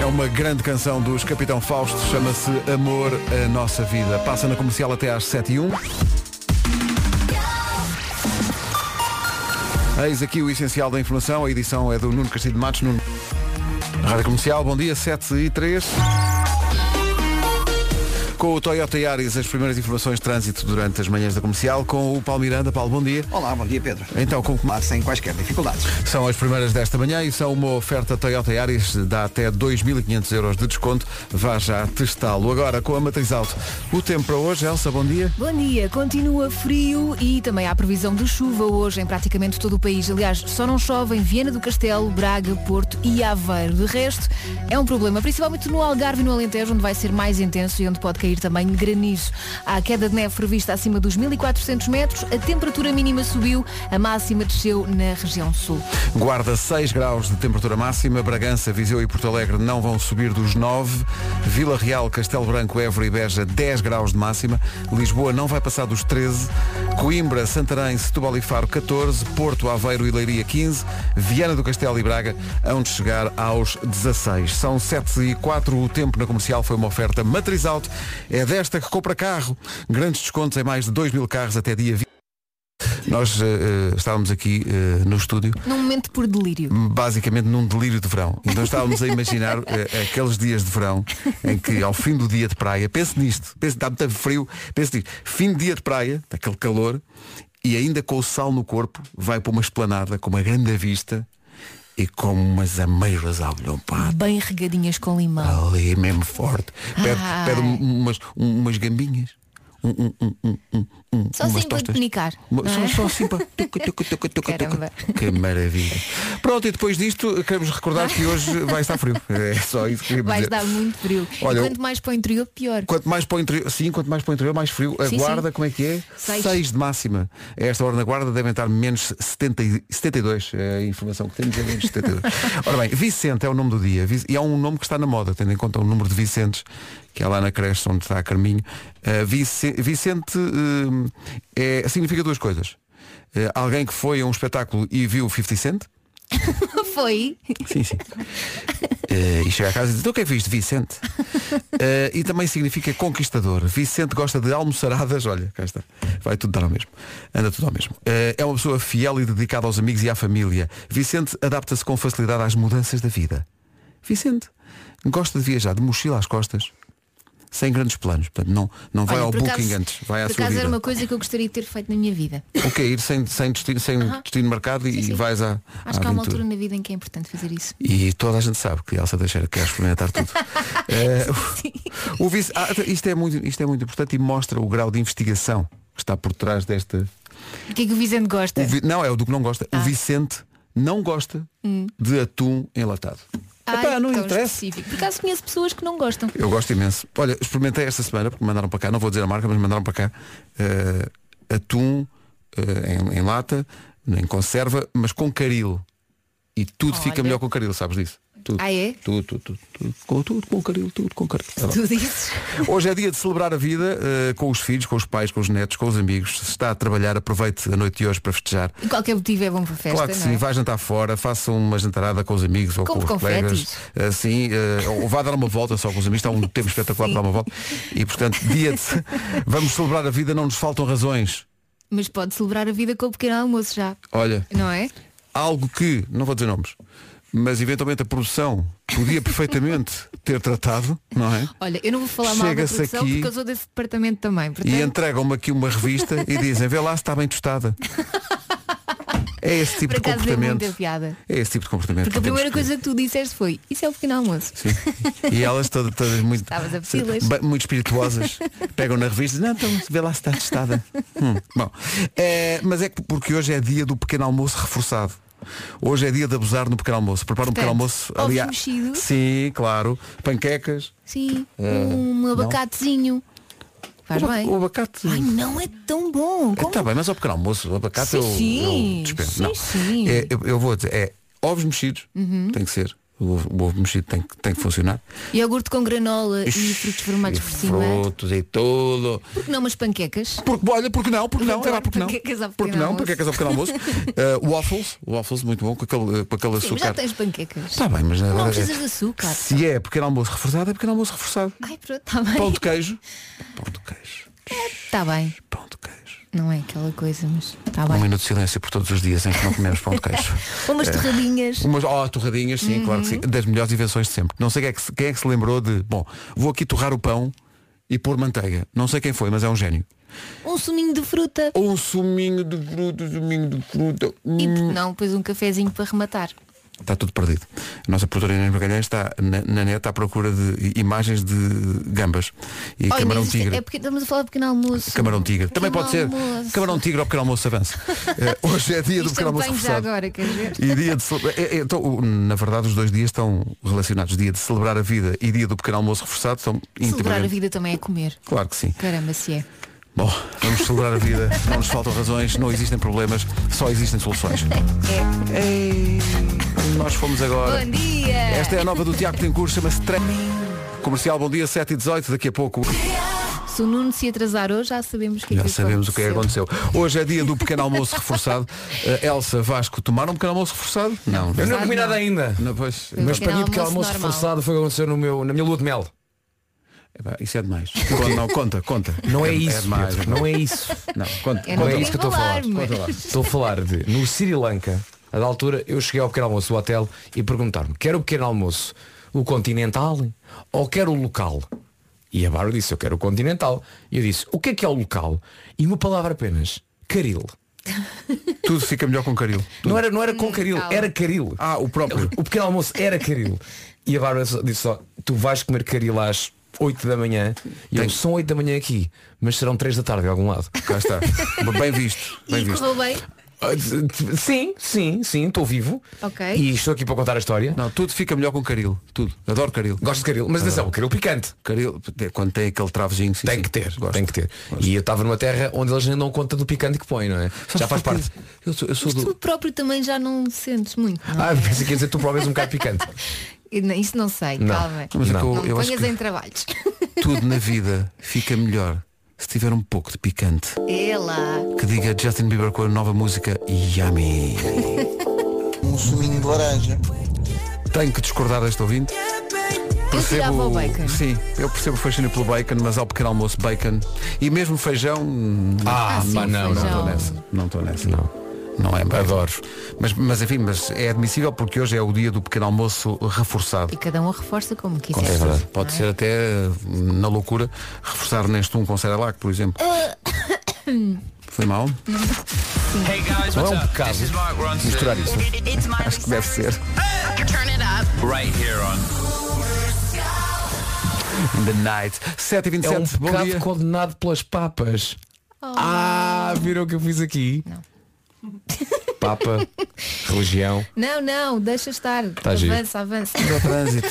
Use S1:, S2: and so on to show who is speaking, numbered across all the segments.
S1: É uma grande canção dos Capitão Fausto, chama-se Amor a Nossa Vida. Passa na comercial até às 7 e 1. Eis aqui o essencial da informação, a edição é do Nuno Castilho de Matos, Nuno. Rádio Comercial, bom dia, 7 e 3. Com o Toyota Yaris, as primeiras informações de trânsito durante as manhãs da comercial, com o Paulo Miranda. Paulo, bom dia.
S2: Olá, bom dia Pedro.
S1: Então, com
S2: Mas sem quaisquer dificuldades.
S1: São as primeiras desta manhã e são uma oferta Toyota Yaris, dá até 2.500 euros de desconto. Vá já testá-lo. Agora com a Matriz Alto. O tempo para hoje, Elsa, bom dia.
S3: Bom dia, continua frio e também há previsão de chuva hoje em praticamente todo o país. Aliás, só não chove em Viena do Castelo, Braga, Porto e Aveiro. De resto, é um problema, principalmente no Algarve e no Alentejo, onde vai ser mais intenso e onde pode cair também granizo. Há queda de neve prevista acima dos 1.400 metros, a temperatura mínima subiu, a máxima desceu na região sul.
S1: Guarda 6 graus de temperatura máxima. Bragança, Viseu e Porto Alegre não vão subir dos 9. Vila Real, Castelo Branco, Évora e Beja 10 graus de máxima. Lisboa não vai passar dos 13. Coimbra, Santarém, Setúbal e Faro 14. Porto, Aveiro e Leiria 15. Viana do Castelo e Braga hão de chegar aos 16. São 7 e 4. O tempo na comercial foi uma oferta matriz alto. É desta que compra carro. Grandes descontos em mais de 2 mil carros até dia 20. Nós eh, eh, estávamos aqui eh, no estúdio
S3: Num momento por delírio.
S1: basicamente num delírio de verão. Então estávamos a imaginar eh, aqueles dias de verão em que ao fim do dia de praia, pense nisto, pense, está muito frio, pense nisto, fim de dia de praia, aquele calor, e ainda com o sal no corpo, vai para uma esplanada com uma grande vista e com umas ameiras ao olhão pá,
S3: Bem regadinhas com limão.
S1: ali mesmo forte. Pede,
S3: Ai.
S1: pede um- umas, um- umas gambinhas. Um, um, um, um, um, um,
S3: Só
S1: umas
S3: assim para
S1: tostas.
S3: comunicar.
S1: Uma-
S3: não
S1: só,
S3: é?
S1: só assim para. tucu, tucu, tucu, tucu, tucu.
S3: Caramba.
S1: Que maravilha. Pronto, e depois disto, queremos recordar que hoje vai estar frio. É só isso que queremos
S3: Vai
S1: dizer.
S3: estar muito frio.
S1: Olha,
S3: e quanto mais para o interior, pior.
S1: Quanto mais para o interior, sim, quanto mais para o interior, mais frio. A
S3: Sim,
S1: guarda,
S3: sim.
S1: como é que é?
S3: Seis.
S1: 6 de máxima. A esta hora na guarda devem estar menos 70, e- 72. É a informação que temos é menos 72. Ora bem, Vicente é o nome do dia. Vic- E é um nome que está na moda, tendo em conta o número de Vicentes, que é lá na creche onde está a Carminho. Uh, Vice- Vicente hum, é, significa duas coisas. Uh, alguém que foi a um espetáculo e viu o 50 Cent.
S3: Foi.
S1: Sim, sim. Eh, e chega a casa e diz, então o que é que viste, Vicente? Eh, e também significa conquistador. Vicente gosta de almoçaradas, olha, cá está. Vai tudo dar ao mesmo. Anda tudo ao mesmo. Eh, é uma pessoa fiel e dedicada aos amigos e à família. Vicente adapta-se com facilidade às mudanças da vida. Vicente gosta de viajar de mochila às costas, sem grandes planos. Portanto, não, não vai
S3: Olha,
S1: ao
S3: por
S1: booking
S3: acaso-
S1: antes, vai à
S3: Por
S1: sua
S3: acaso
S1: vida.
S3: era uma coisa que eu gostaria de ter feito na minha vida.
S1: O que é ir sem, sem, destino, sem destino marcado e,
S3: Sim, sim.
S1: vais à, à
S3: Acho que há
S1: Ah,
S3: uma
S1: aventura.
S3: altura na vida em que é importante fazer isso.
S1: E toda a gente sabe que Elsa Teixeira quer experimentar tudo. Eh, o, o vice, ah, isto, é muito, isto é muito importante e mostra o grau de investigação que está por trás desta.
S3: O que é Ah. que o Vicente gosta?
S1: o Vi- não, é o do que não gosta. O Vicente não gosta de atum enlatado.
S3: Hum. Ai,
S1: Epá, não
S3: tão
S1: interessa.
S3: específico. Por acaso conheço pessoas que não gostam.
S1: Eu gosto imenso. Olha, experimentei esta semana, porque mandaram para cá, não vou dizer a marca, mas mandaram para cá eh, atum eh, em, em lata, em conserva, mas com caril. E tudo fica
S3: Olha.
S1: melhor com caril, sabes disso? Tudo.
S3: Ah, é?
S1: Tudo, tudo, tudo, tudo, com, tudo com caril, tudo com caril. Tá bom.
S3: Tu dizes?
S1: Hoje é dia de celebrar a vida eh, com os filhos, com os pais, com os netos, com os amigos. Se está a trabalhar, aproveite a noite de hoje para festejar.
S3: E Qualquer motivo é bom para a festa,
S1: Claro que
S3: não
S1: sim,
S3: é?
S1: vai jantar fora, faça uma jantarada com os amigos ou
S3: Compre
S1: com os colegas.
S3: confetes.
S1: Eh, Sim, eh, ou vá dar uma volta só com os amigos, está um tempo espetacular para dar uma volta. E portanto, dia de... vamos celebrar a vida, não nos faltam razões.
S3: Mas pode celebrar a vida com o pequeno almoço já,
S1: Olha,
S3: não é?
S1: algo que, não vou dizer nomes, mas eventualmente a produção podia perfeitamente ter tratado, não é?
S3: Olha, eu não vou falar mal da
S1: Chega-se
S3: produção
S1: aqui-
S3: porque eu sou desse departamento também. Portanto,
S1: E entregam-me aqui uma revista e dizem, vê lá se está bem tostada. É esse tipo
S3: por
S1: de
S3: acaso deu
S1: comportamento.
S3: muita piada.
S1: É esse tipo de comportamento.
S3: Porque a
S1: que
S3: primeira
S1: temos
S3: coisa que tu disseste foi, isso é o pequeno almoço.
S1: Sim. E elas todas, todas muito,
S3: Estavas a pedi-las.
S1: bem- muito espirituosas. Pegam na revista e dizem, não, então vê lá se está testada. Hum, bom. É, mas é que porque hoje é dia do pequeno almoço reforçado. Hoje é dia de abusar no pequeno almoço. Prepara um pequeno almoço
S3: Portanto,
S1: ali.
S3: ovos
S1: à-
S3: mexidos.
S1: Sim, claro. Panquecas.
S3: Sim,
S1: Eh,
S3: um
S1: não.
S3: abacatezinho. Faz
S1: o,
S3: bem.
S1: o um abacate.
S3: Ai, não é tão bom. Como
S1: Está Tá bem, mas ao pequeno almoço, o abacate
S3: Sim,
S1: eu, eu
S3: sim.
S1: despendo.
S3: Sim, Uhum.
S1: não.
S3: sim.
S1: É, eu, eu vou dizer, é ovos mexidos, tem que ser.
S4: O ovo, o ovo mexido tem, que- tem que funcionar.
S3: Iogurte com granola e frutos vermelhos
S4: E
S3: por cima.
S4: Frutos e tudo.
S3: Por que não umas panquecas?
S1: Porque, olha, porque não, porque não,
S3: Adoro
S1: era porque não.
S3: panquecas ao pequeno
S1: Porque não,
S3: almoço.
S1: panquecas ao pequeno almoço. Eh, waffles, waffles, muito bom, com aquele, eh, com aquele
S3: Sim, mas
S1: açúcar.
S3: já tens panquecas.
S1: Está bem, mas agora- é-
S3: Não precisas de açúcar.
S1: Se é pequeno almoço reforçado, é pequeno almoço reforçado.
S3: Ai, pronto, está bem.
S1: Pão de queijo. Pão de queijo.
S3: Está bem.
S1: Pão de queijo.
S3: Não é aquela coisa, mas está
S1: Um
S3: bem.
S1: minuto de silêncio por todos os dias em que não comemos pão de queijo. É.
S3: Umas torradinhas.
S1: Umas oh, torradinhas, sim, claro que sim.
S3: Uhum.
S1: Das melhores invenções de sempre. Não sei quem é, que se, quem é que se lembrou de, bom, vou aqui torrar o pão e pôr manteiga. Não sei quem foi, mas é um gênio.
S3: Um suminho de fruta.
S1: Ou um suminho de fruta, um suminho de fruta.
S3: E por que não, depois um cafezinho para rematar.
S1: Está tudo perdido. A nossa produtora Inês Magalhães está na, na net à procura de imagens de gambas e
S3: Oh,
S1: camarão
S3: Inês,
S1: tigre.
S3: É porque estamos a falar de pequeno almoço.
S1: Camarão tigre. Também
S3: Pequeno
S1: pode ser
S3: almoço.
S1: camarão tigre ou pequeno almoço avança. Eh, hoje é dia do
S3: E
S1: pequeno almoço
S3: champanhe já
S1: reforçado.
S3: agora, queres ver?
S1: E dia de cele- é- é- então, o- na verdade os dois dias estão relacionados, dia de celebrar a vida e dia do pequeno almoço reforçado, são
S3: Celebrar a
S1: intimamente.
S3: vida também é comer.
S1: Claro que sim.
S3: Caramba, se é.
S1: Bom, vamos celebrar a vida, não nos faltam razões, não existem problemas, só existem soluções.
S3: É.
S1: Ei, nós fomos agora.
S3: Bom dia!
S1: Esta é a nova do Tiago Tencourt, chama-se Tre... Comercial, bom dia, 7 e 18 daqui a pouco.
S3: Se o Nuno se atrasar hoje, já sabemos o que é
S1: Já
S3: que
S1: sabemos o que é que aconteceu. Hoje é dia do pequeno almoço reforçado. Eh, Elsa, Vasco, tomaram um pequeno almoço reforçado? Não,
S5: Eu
S1: não.
S5: Ah, não comi nada ainda.
S1: Não, pois,
S5: Mas
S3: Pequeno
S5: para mim, porque
S3: almoço
S5: almoço
S3: normal.
S5: reforçado foi o que aconteceu no meu, na minha lua de mel.
S1: Epá, isso é demais. Não, conta, conta.
S5: Não é,
S1: é
S5: isso,
S1: demais,
S5: Pedro, não é isso.
S1: Não, conta,
S3: É
S5: Não
S1: conta
S5: é
S1: lá.
S5: isso que eu estou a falar.
S3: Alarme.
S5: Conta lá. Estou a falar de, no Sri Lanka, a da altura, eu cheguei ao pequeno almoço do hotel e perguntaram-me, quer o pequeno almoço, o continental ou quer o local? E a Bárbara disse, eu quero o continental. E eu disse, o que é que é o local? E uma palavra apenas, caril.
S1: Tudo fica melhor com caril.
S5: Não era, não era com caril,
S3: calma.
S5: era caril.
S1: Ah, o próprio.
S5: O pequeno almoço era caril. E a Bárbara só- disse só, tu vais comer caril às 8 da manhã. E eu, são 8 da manhã aqui, mas serão 3 da tarde em algum lado.
S1: Cá está. Bem visto. Bem
S3: E
S1: visto.
S3: correu bem.
S5: Ah, t- t- Sim, sim, sim, estou vivo.
S3: Ok.
S5: E estou aqui para contar a história.
S1: Não, tudo fica melhor com caril. Tudo. Adoro caril.
S5: Gosto de caril,
S1: Ah.
S5: mas atenção, caril picante.
S1: Caril, quando tem aquele travozinho, sim,
S5: Tem
S1: sim.
S5: que ter,
S1: Gosto.
S5: tem que ter. E eu estava numa terra onde eles nem dão conta do picante que põem, não é?
S1: Sabes
S5: Já faz
S1: porquê?
S5: parte.
S1: Eu sou, eu sou
S3: Mas tu
S1: do.
S3: próprio também já não sentes muito. não
S5: Ah,
S3: é?
S5: pensei que ia dizer tu próprias um bocado picante.
S3: E não- Isso não sei,
S5: Não.
S3: calma.
S1: Mas é que
S5: Não.
S1: eu,
S3: Não me
S1: eu acho
S3: ponhas
S1: que
S3: em trabalhos.
S1: tudo na vida fica melhor se tiver um pouco de picante.
S3: É lá.
S1: Que diga Justin Bieber com a nova música Yummy.
S6: um suminho de laranja.
S1: Tenho que discordar deste ouvinte.
S3: Eu tirava o bacon.
S1: Sim, eu percebo o fascínio pelo bacon, mas ao pequeno almoço bacon e mesmo feijão. hum,
S5: Ah,
S3: sim,
S5: pá,
S1: Não
S5: não, não,
S3: feijão.
S1: estou nessa. Não estou nessa. Não. Não é bem. Adoro. Mas, mas enfim, mas é admissível porque hoje é o dia do pequeno almoço reforçado.
S3: E cada um a reforça como quiser.
S1: É verdade. Pode
S3: não é?
S1: ser até, na loucura, reforçar neste um com Cerelac, por exemplo. Foi mal?
S5: não é um pecado.
S1: Misturar isso. Acho que deve ser. In the night. 7h27,
S5: É um
S1: bom
S5: pecado
S1: dia.
S5: condenado pelas papas. Ah, viram o que eu fiz aqui?
S3: Não.
S5: Papa, religião.
S3: Não, não, deixa estar.
S1: Tá
S5: giro.
S3: avança, avança.
S1: O trânsito.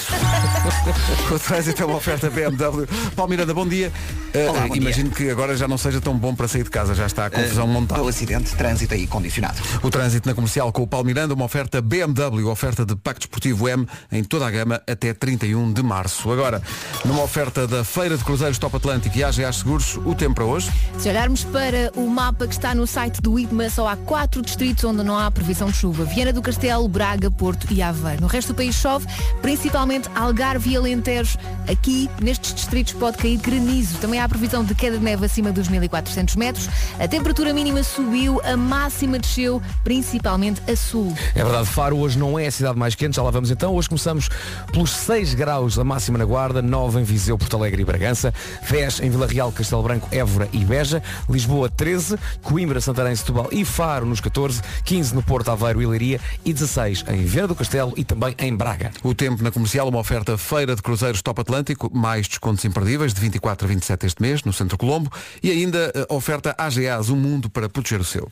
S1: o trânsito é uma oferta BMW. Paulo Miranda, bom dia. Eh. Uh,
S2: Olá, bom
S1: imagino que agora já não seja tão bom para sair de casa, já está a confusão montada.
S2: Pelo acidente, trânsito aí condicionado.
S1: O trânsito na comercial com o Paulo Miranda, uma oferta BMW, oferta de Pacto Esportivo M em toda a gama até 31 de março. Agora, numa oferta da Feira de Cruzeiros Top Atlântico e AGA Seguros, o tempo para hoje.
S3: Se olharmos para o mapa que está no site do IPMA, só há quatro distritos onde não há previsão de chuva. Viana do Castelo, Braga, Porto e Aveiro. No resto do país chove, principalmente Algarve e Alentejo. Aqui, nestes distritos, pode cair granizo. Também há previsão de queda de neve acima dos 1.400 metros. A temperatura mínima subiu, a máxima desceu, principalmente a sul.
S5: É verdade, Faro hoje não é a cidade mais quente, já lá vamos então. Hoje começamos pelos 6 graus da máxima na Guarda, 9 em Viseu, Porto Alegre e Bragança, 10 em Vila Real, Castelo Branco, Évora e Beja, Lisboa 13, Coimbra, Santarém, Setúbal e Faro nos 14, 15 no Porto Aveiro e Leiria e 16 em Viana do Castelo e também em Braga.
S1: O tempo na comercial, uma oferta feira de cruzeiros top atlântico, mais descontos imperdíveis de 24 a 27 este mês, no Centro Colombo, e ainda eh, oferta AGAs, um mundo para proteger o seu.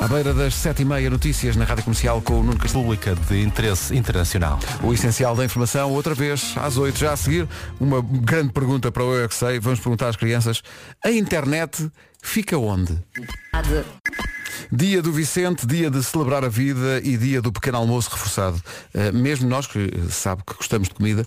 S1: À beira das 7h30, notícias na Rádio Comercial com o Nuno Castelo.
S7: Pública de interesse internacional.
S1: O essencial da informação, outra vez, às 8 já a seguir, uma grande pergunta para o Eu É Que Sei. Vamos perguntar às crianças, a internet fica onde? Dia do Vicente, dia de celebrar a vida e dia do pequeno almoço reforçado. Eh, mesmo nós, que eh, sabe que gostamos de comida,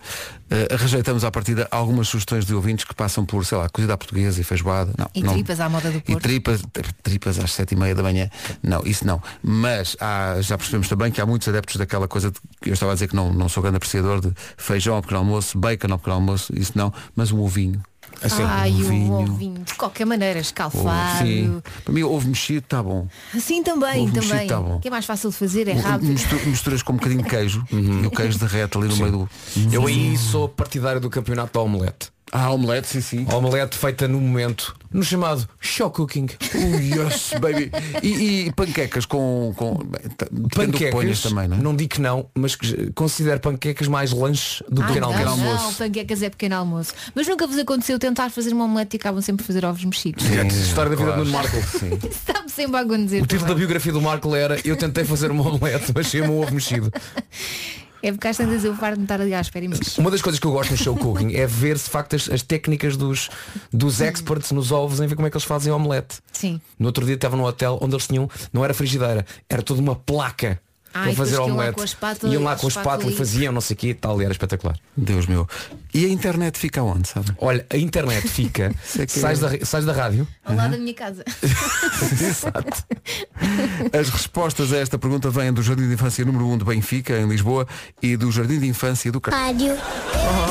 S1: eh, rejeitamos à partida algumas sugestões de ouvintes que passam por, sei lá, cozida à portuguesa e feijoada. Não,
S3: E
S1: não.
S3: tripas à moda do
S1: E
S3: Porto.
S1: tripas, tripas às sete e meia da manhã. Não, isso não. Mas há- já percebemos também que há muitos adeptos daquela coisa de, que eu estava a dizer que não, não sou grande apreciador de feijão ao pequeno almoço, bacon ao pequeno almoço, isso não, mas um ovinho.
S3: Ai,
S1: um
S3: o
S1: vinho.
S3: ovinho. De qualquer maneira,
S1: Ou- sim.
S3: escalfado.
S1: Para mim, ovo mexido está bom.
S3: Sim, também,
S1: Ovo mexido
S3: também.
S1: tá bom.
S3: O que é mais fácil de fazer é
S1: Um-
S3: rápido.
S1: mistu- Misturas com um bocadinho de queijo e o queijo derrete ali no meio do.
S5: Eu aí sou partidário do campeonato da omelete.
S1: Ah, omelete, sim, sim.
S5: Omelete feita no momento, no chamado show cooking.
S1: Oh, yes, baby. E, e panquecas com. com bem, tá- depende do que ponhas
S5: Panquecas,
S1: também, não é?
S5: digo que não, mas que- considero panquecas mais lanche do
S1: um
S3: Ah,
S5: que
S3: não,
S5: almoço.
S3: Não, panquecas é pequeno almoço. Mas nunca vos aconteceu tentar fazer uma omelete e acabam sempre a fazer ovos mexidos.
S5: É História da vida do Nuno Marco.
S3: Está-me sempre a acontecer.
S1: tipo
S5: O título da
S3: também.
S5: biografia do Marco era Eu tentei fazer uma omelete, mas achei-me um ovo mexido.
S3: É porque às tantas eu paro de estar ali à espera e mexo.
S5: Uma das coisas que eu gosto no show cooking é ver se de facto as, as técnicas dos, dos experts nos ovos em ver como é que eles fazem omelete.
S3: Sim.
S5: No outro dia estava num hotel onde eles tinham, não era frigideira, era toda uma placa
S3: Ah,
S5: para
S3: e depois
S5: fazer
S3: que iam lá
S5: omelete.
S3: com a espátula
S5: iam
S3: e
S5: lá
S3: com a
S5: com a
S3: espátula
S5: espátula e
S3: e-
S5: faziam não sei o quê e tal, e era espetacular.
S1: Deus meu. E a internet fica onde, sabe?
S5: Olha, a internet fica,
S1: Sei é que-
S5: sais, da, ra- sais da rádio,
S3: Ao lado da minha casa.
S1: As respostas a esta pergunta vêm do Jardim de Infância número 1 de Benfica, em Lisboa, e do Jardim de Infância do Car...
S8: Rádio.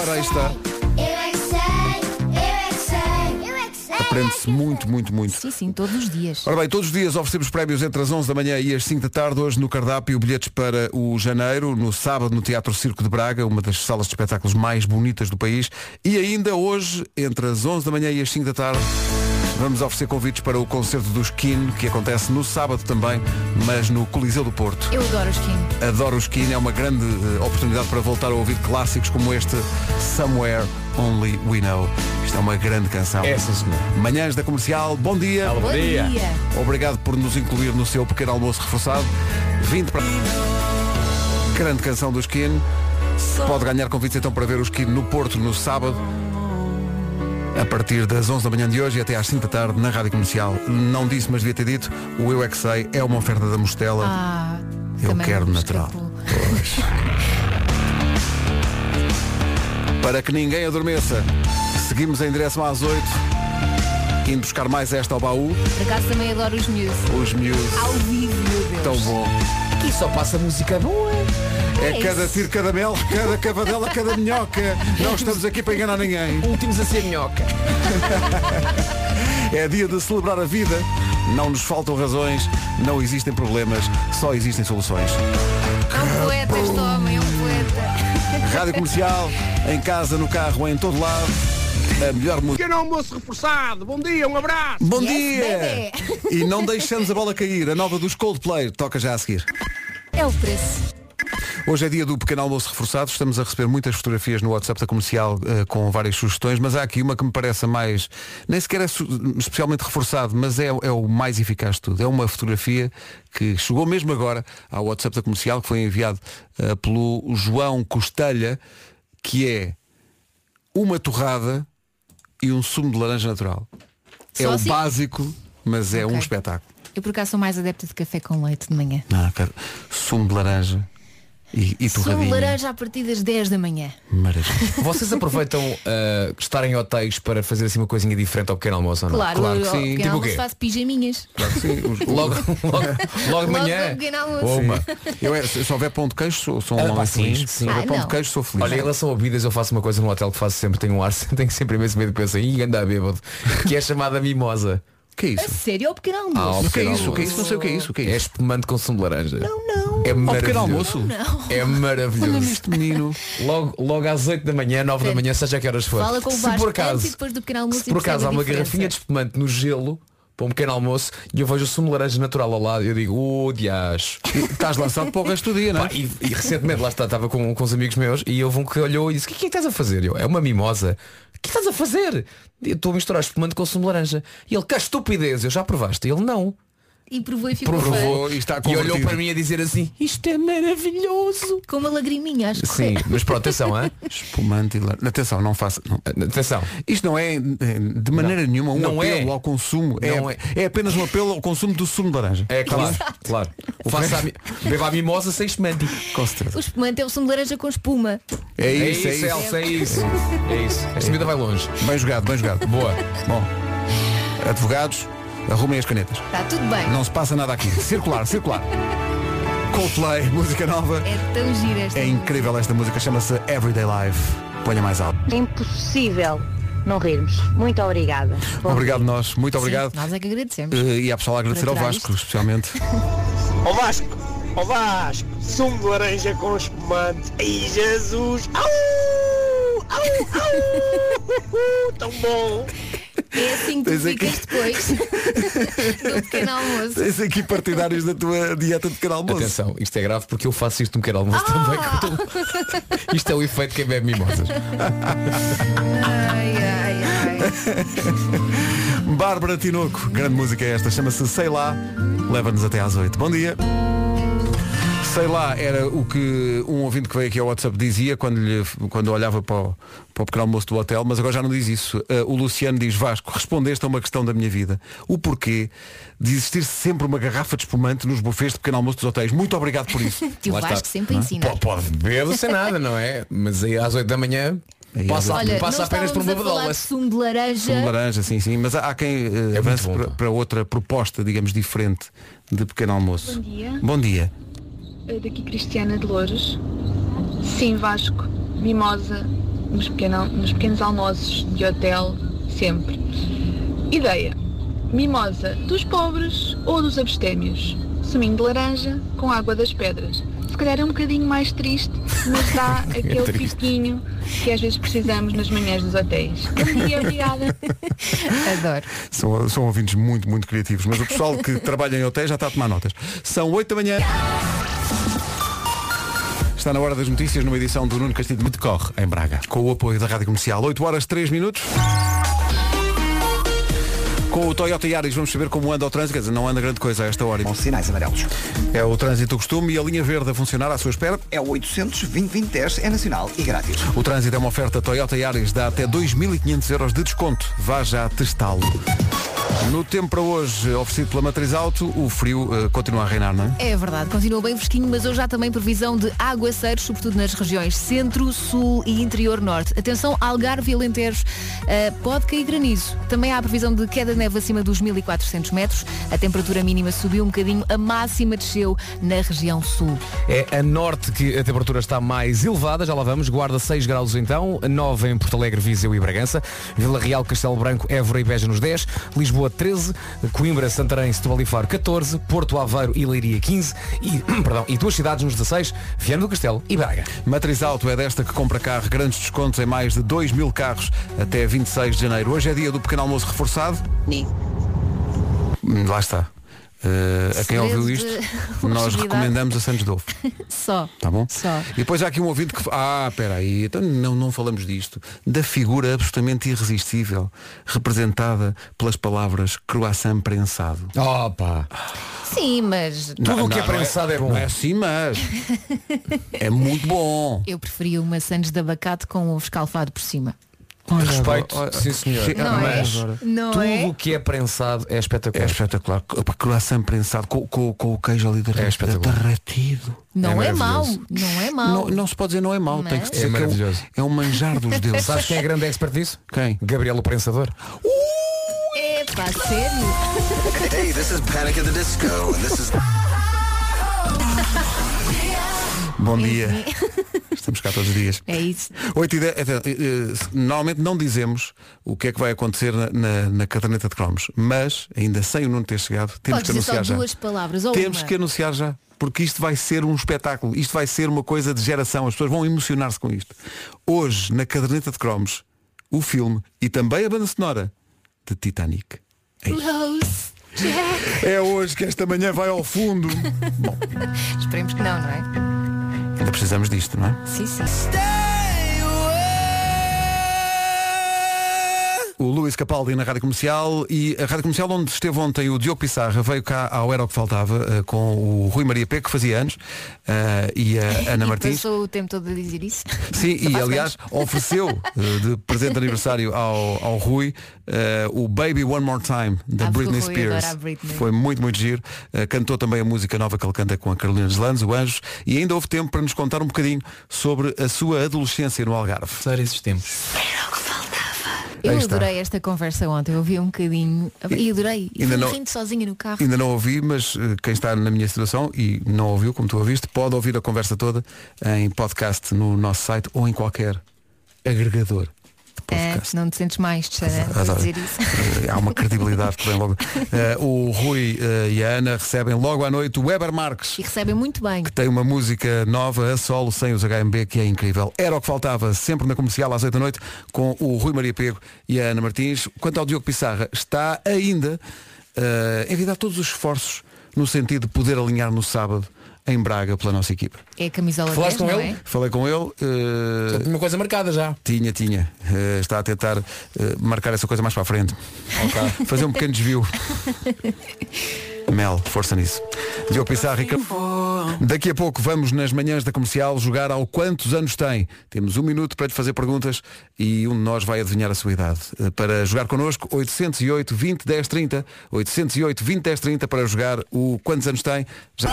S1: Ora, aí está.
S8: Eu é que sei, eu é que sei, eu é que sei.
S1: Aprende-se muito, muito, muito.
S3: Sim, sim, todos os dias.
S1: Ora bem, todos os dias oferecemos prémios entre as 11 da manhã e as 5 da tarde. Hoje no cardápio, bilhetes para o janeiro, no sábado no Teatro Circo de Braga, uma das salas de espetáculos mais bonitas do país. E ainda hoje, entre as 11 da manhã e as 5 da tarde, vamos oferecer convites para o concerto do Skin, que acontece no sábado também, mas no Coliseu do Porto.
S3: Eu adoro os Kim.
S1: Adoro o Skin, é uma grande eh, oportunidade para voltar a ouvir clássicos como este Somewhere Only We Know. Isto é uma grande canção.
S5: É, sim, senhor.
S1: Manhãs da Comercial, bom dia.
S3: Bom
S1: É.
S3: dia.
S1: Obrigado por nos incluir no seu pequeno almoço reforçado. 20 para. Grande canção do Skin. Pode ganhar convites então para ver o Skin no Porto no sábado. A partir das 11 da manhã de hoje e até às 5 da tarde na Rádio Comercial. Não disse, mas devia ter dito, o Eu É Que Sei é uma oferta da Mostela.
S3: Ah,
S1: Eu
S3: também
S1: quero
S3: me
S1: natural.
S3: escapou.
S1: Para que ninguém adormeça, seguimos em direção às 8, indo buscar mais esta ao baú,
S3: Por acaso também adoro os Muse.
S1: os miúdos.
S3: Ao vivo, meu Deus.
S1: Tão bom.
S5: e só passa música boa.
S1: É
S3: isso.
S1: cada tiro, cada mel, cada cavadela, cada minhoca. Não estamos aqui para enganar ninguém.
S5: Últimos a ser minhoca.
S1: É dia de celebrar a vida. Não nos faltam razões, não existem problemas, só existem soluções.
S3: É um poeta este homem, é um poeta.
S1: Rádio Comercial, em casa, no carro, em todo lado. A melhor música.
S9: Pequeno almoço reforçado. Bom dia, um abraço.
S1: Bom
S3: Yes,
S1: dia! E não deixamos a bola cair. A nova dos Coldplay toca já a seguir.
S3: É o preço.
S1: Hoje é dia do pequeno almoço reforçado. Estamos a receber muitas fotografias no WhatsApp da comercial eh, com várias sugestões, mas há aqui uma que me parece a mais, nem sequer é su- especialmente reforçado, mas é, é o mais eficaz de tudo. É uma fotografia que chegou mesmo agora ao WhatsApp da comercial, que foi enviado eh, pelo João Costelha, que é uma torrada e um sumo de laranja natural.
S3: Só
S1: é
S3: assim?
S1: o básico, mas é um
S3: Ok.
S1: espetáculo.
S3: Eu por acaso sou mais adepta de café com leite de manhã.
S1: Não, quero sumo de laranja e, e
S3: Sumo
S1: torradinha.
S3: de laranja a partir das 10 da manhã.
S1: Maravilha.
S5: Vocês aproveitam ah, estar em hotéis para fazer assim uma coisinha diferente ao pequeno almoço, ou não?
S3: Claro,
S1: Claro que
S3: eu,
S1: sim.
S3: ao pequeno
S5: Tipo o
S3: almoço
S5: quê?
S3: faço pijaminhas.
S5: Logo, logo, logo de
S3: Logo
S5: manhã.
S3: ao pequeno almoço.
S5: Ou uma.
S1: Eu é, se se houver pão de queijo, sou, sou um
S5: Ah, pá,
S1: homem
S5: sim,
S1: feliz.
S5: sim.
S1: Se houver
S3: Ah,
S1: pão de
S3: não.
S1: queijo, sou feliz.
S5: Olha, em relação a bebidas, eu faço uma coisa no hotel que faço sempre, tenho um ar, tenho sempre imenso medo, penso, ih, anda bêbado, que é chamada mimosa.
S1: que é
S3: A
S1: isso?
S3: sério, ao pequeno
S5: Ah, ao
S3: almoço.
S1: O que é
S5: pequeno
S1: isso? O que é isso?
S5: almoço.
S1: Não sei o que é isso. O que
S5: É
S1: é isso?
S5: espumante com sumo de laranja.
S3: Não, não.
S5: É
S1: Ao pequeno
S5: maravilhoso.
S1: almoço.
S5: É
S1: Olha
S5: maravilhoso.
S1: neste menino.
S5: Logo, logo às 8 da manhã, 9 da manhã, seja que horas for.
S3: Fala com o
S5: se
S3: Vasco
S5: por
S3: antes e
S5: acaso,
S3: depois do pequeno almoço
S5: se
S3: e
S5: por
S3: percebe
S5: acaso
S3: a
S5: há uma
S3: diferença.
S5: garrafinha de espumante no gelo para um pequeno almoço e eu vejo o sumo de laranja natural ao lado e eu digo, oh diacho.
S1: Estás lançado para o resto do dia, não
S5: Pá,
S1: é?
S5: e, e recentemente lá está, estava com, com uns amigos meus e houve um que olhou e disse, o que é que estás a fazer? Eu, é uma mimosa. O que estás a fazer? Eu estou a misturar espumante com sumo de laranja. E ele, que estupidez, eu já provaste? E ele, não.
S10: e provou e ficou fã.
S1: Provou e está
S5: E
S1: convertido.
S5: olhou para mim a dizer assim, isto é maravilhoso.
S10: Com uma lagriminha, acho que
S5: Sim, mas pronto, atenção, hã?
S1: Espumante e lar... Atenção, não faça. não.
S5: Atenção.
S1: Isto não é eh, de maneira nenhuma um
S5: Não é.
S1: apelo ao consumo.
S5: Não
S1: É, é. apenas um apelo ao consumo do sumo de laranja.
S5: É claro, claro. Faça a, mi- beba a mimosa sem espumante.
S1: Com certeza.
S10: O espumante é o sumo de laranja com espuma.
S1: É
S5: É
S1: isso, é isso.
S5: isso, Elsa, é isso. É isso. Esta vida vai longe.
S1: Bem jogado, bem jogado.
S5: Boa.
S1: Bom, advogados, arrumem as canetas.
S10: Tá
S3: Está tudo bem.
S1: Não se passa nada aqui. Circular, circular. Coldplay, música nova.
S3: É tão gira esta.
S1: É incrível esta música, chama-se Everyday Life. Ponha mais alto.
S10: É impossível não rirmos. Muito obrigada.
S1: Obrigado nós, muito obrigado.
S3: Sim, nós é que agradecemos.
S1: Eh, E à pessoal a agradecer ao
S3: tirar
S1: Vasco,
S3: isto.
S1: especialmente.
S9: Ó Vasco, ó Vasco, sumo de laranja com espumante. Ai Jesus! Au! Au! Au! Tão bom!
S10: É assim que tu
S1: Tens aqui-
S10: ficas depois do pequeno almoço.
S1: Tens aqui partidários da tua dieta de canal almoço.
S5: Atenção, isto é grave porque eu faço isto no pequeno almoço também. com- Isto é o efeito quem bebe mimosas.
S3: Ai, ai, ai.
S1: Bárbara Tinoco, grande música é esta, chama-se Sei Lá, leva-nos até às 8. Bom dia. Sei lá, era o que um ouvinte que veio aqui ao WhatsApp dizia quando, lhe, quando olhava para o, para o pequeno almoço do hotel, mas agora já não diz isso. Ah, o Luciano diz, Vasco, respondeste a uma questão da minha vida. O porquê de existir sempre uma garrafa de espumante nos buffets de pequeno almoço dos hotéis? Muito obrigado por isso.
S3: Tio
S5: Lá está.
S3: Vasco sempre ensina.
S5: Pô, Pode beber sem nada, não é? Mas aí às 8 da manhã passa,
S10: Olha,
S5: passa
S10: não
S5: apenas por uma
S10: estávamos a falar de
S5: badolas.
S10: sumo de laranja.
S1: Sumo de Um laranja, sim, sim. Mas há, há quem eh,
S5: É
S1: avance
S5: muito bom,
S1: para,
S5: pá.
S1: para outra proposta, digamos, diferente de pequeno almoço. Bom dia. Bom dia.
S10: É Daqui Cristiana de Louros. Sim, Vasco. Mimosa nos, pequenos almoços de hotel, sempre. Ideia. Mimosa dos pobres ou dos abstémios. Suminho de laranja com água das pedras. Se calhar é um bocadinho mais triste, mas dá aquele piquinho que às vezes precisamos nas manhãs dos hotéis. Bom dia, obrigada.
S3: Adoro.
S1: São, são ouvintes muito, muito criativos. Mas o pessoal que trabalha em hotéis já está a tomar notas. São 8 da manhã. Está na hora das notícias numa edição do Nuno Castilho de Decorre, em Braga. Com o apoio da Rádio Comercial. 8 horas 3 minutos. Com o Toyota Yaris vamos saber como anda o trânsito. Quer dizer, não anda grande coisa a esta hora.
S2: Com sinais amarelos.
S1: É o trânsito do costume e a linha verde a funcionar à sua espera.
S2: É o 800 é nacional e grátis.
S1: O trânsito é uma oferta Toyota Yaris, dá até 2.500 euros de desconto. Vá já testá-lo. No tempo para hoje, oferecido pela Matriz Auto, o frio eh, continua a reinar, não é?
S3: É verdade, continua bem fresquinho, mas hoje há também previsão de aguaceiros, sobretudo nas regiões centro, sul e interior norte. Atenção, Algarve e Alentejo, eh, pode cair granizo. Também há a previsão de queda de neve acima dos 1.400 metros. A temperatura mínima subiu um bocadinho, a máxima desceu na região sul.
S5: É a norte que a temperatura está mais elevada, já lá vamos, guarda 6 graus então, 9 em Porto Alegre, Viseu e Bragança, Vila Real, Castelo Branco, Évora e Beja nos 10, Lisboa 13, Coimbra, Santarém, Setúbal e Faro 14, Porto Aveiro e Leiria 15 e, perdão, e duas cidades nos 16, Viana do Castelo e Braga.
S1: Matriz Auto é desta que compra carro, grandes descontos em mais de 2 mil carros até 26 de janeiro. Hoje é dia do pequeno almoço reforçado. Hum, Lá está. Eh, a quem
S3: Segredo
S1: ouviu
S3: de
S1: isto, nós
S3: longevidade.
S1: recomendamos a Santos Dovo.
S3: Só.
S1: Tá bom?
S3: Só.
S1: E depois há aqui um ouvinte que. Ah, espera aí, então não, não falamos disto. Da figura absolutamente irresistível, representada pelas palavras croissant prensado.
S5: Opa!
S3: Sim, mas
S5: Tudo o que é
S1: não, não
S5: prensado é, bom.
S1: Não é assim, mas. é muito bom.
S3: eu preferia uma sandes de abacate com ovo escalfado por cima.
S5: Respeito, sim senhor.
S1: Che-
S3: Não é?
S1: mas-
S3: Não
S5: Tudo
S3: é?
S5: o que é prensado é
S1: É
S5: espetacular.
S1: espetacular. Opa, Croissant prensado com, com, com o queijo ali derre-
S5: É espetacular.
S1: derretido.
S3: Não é,
S5: é
S3: mau,
S5: maravilhoso.
S3: não é mau.
S1: Não, não se pode dizer não é mau. Tem que
S3: Mas-
S1: dizer
S5: É
S1: que é, um,
S5: maravilhoso.
S1: é um manjar dos deuses.
S5: Sabes quem é grande expert disso?
S1: Quem?
S5: Gabriel o Prensador.
S3: É pá, sério?
S2: Hey, this is Panic at the Disco. and this is-
S1: Bom dia. Estamos cá todos os dias.
S3: É isso.
S1: 8 e 10, então, eh, eh, normalmente não dizemos o que é que vai acontecer na, na, na caderneta de cromos, mas ainda sem o Nuno ter chegado, temos
S3: Podes
S1: que
S3: dizer só
S1: anunciar já.
S3: duas palavras ou
S1: Temos
S3: uma.
S1: que anunciar já, porque isto vai ser um espetáculo, isto vai ser uma coisa de geração, as pessoas vão emocionar-se com isto. Hoje, na caderneta de cromos, o filme e também a banda sonora de Titanic.
S3: Close. Jack.
S1: É hoje que esta manhã vai ao fundo. Bom,
S3: Esperemos que não, não é?
S1: ainda precisamos disto, não é?
S3: Sim, sim.
S1: O Luís Capaldi na Rádio Comercial e a Rádio Comercial onde esteve ontem o Diogo Pissarra veio cá ao Era o que Faltava eh, com o Rui Maria P, que fazia anos, eh, e a Ana
S3: E
S1: Martins.
S3: Passou o tempo todo a dizer isso.
S1: Sim,
S3: Só
S1: e
S3: faz
S1: aliás ofereceu eh, de presente de aniversário ao, ao Rui eh, o Baby One More Time da
S3: Ah, porque
S1: Britney
S3: o Rui adora
S1: Spears.
S3: a Britney.
S1: Foi muito, muito giro. Eh, cantou também a música nova que ele canta com a Carolina Deslandes, o Anjos, e ainda houve tempo para nos contar um bocadinho sobre a sua adolescência no Algarve.
S7: esses tempos.
S1: Aí
S3: Eu
S1: está.
S3: adorei esta conversa ontem, eu ouvi um bocadinho e adorei. E
S1: ainda
S3: fui
S1: não-
S3: rindo sozinha no carro.
S1: Ainda não ouvi, mas eh, quem está na minha situação e não ouviu, como tu ouviste, pode ouvir a conversa toda em podcast no nosso site ou em qualquer agregador de
S3: É,
S1: podcast.
S3: não te sentes mais, Tchanã,
S1: Adoro.
S3: vou dizer isso.
S1: Eh, Há uma credibilidade que vem logo. Eh, o Rui eh, e a Ana recebem logo à noite o Weber Marques,
S3: E recebem muito bem.
S1: que tem uma música nova a solo sem os HMB, que é incrível. Era o que faltava, sempre na comercial às 8 da noite, com o Rui Maria Pego e a Ana Martins. Quanto ao Diogo Pissarra, está ainda eh, a evitar todos os esforços no sentido de poder alinhar no sábado em Braga pela nossa equipa.
S3: É a camisola
S5: Falaste
S3: 10, não
S5: com
S3: é?
S5: ele?
S1: Falei com ele. eh,
S5: Uma coisa marcada já.
S1: tinha, tinha. Eh, está a tentar eh, marcar essa coisa mais para a frente. Fazer um pequeno desvio. Mel, força nisso. Diogo Pissarra, Ricardo. Daqui a pouco vamos nas manhãs da comercial jogar ao quantos anos tem. Temos um minuto para lhe fazer perguntas e um de nós vai adivinhar a sua idade. Eh, Para jogar connosco, 808 20 10 30. 808 20 10 30 para jogar o quantos anos tem. Já...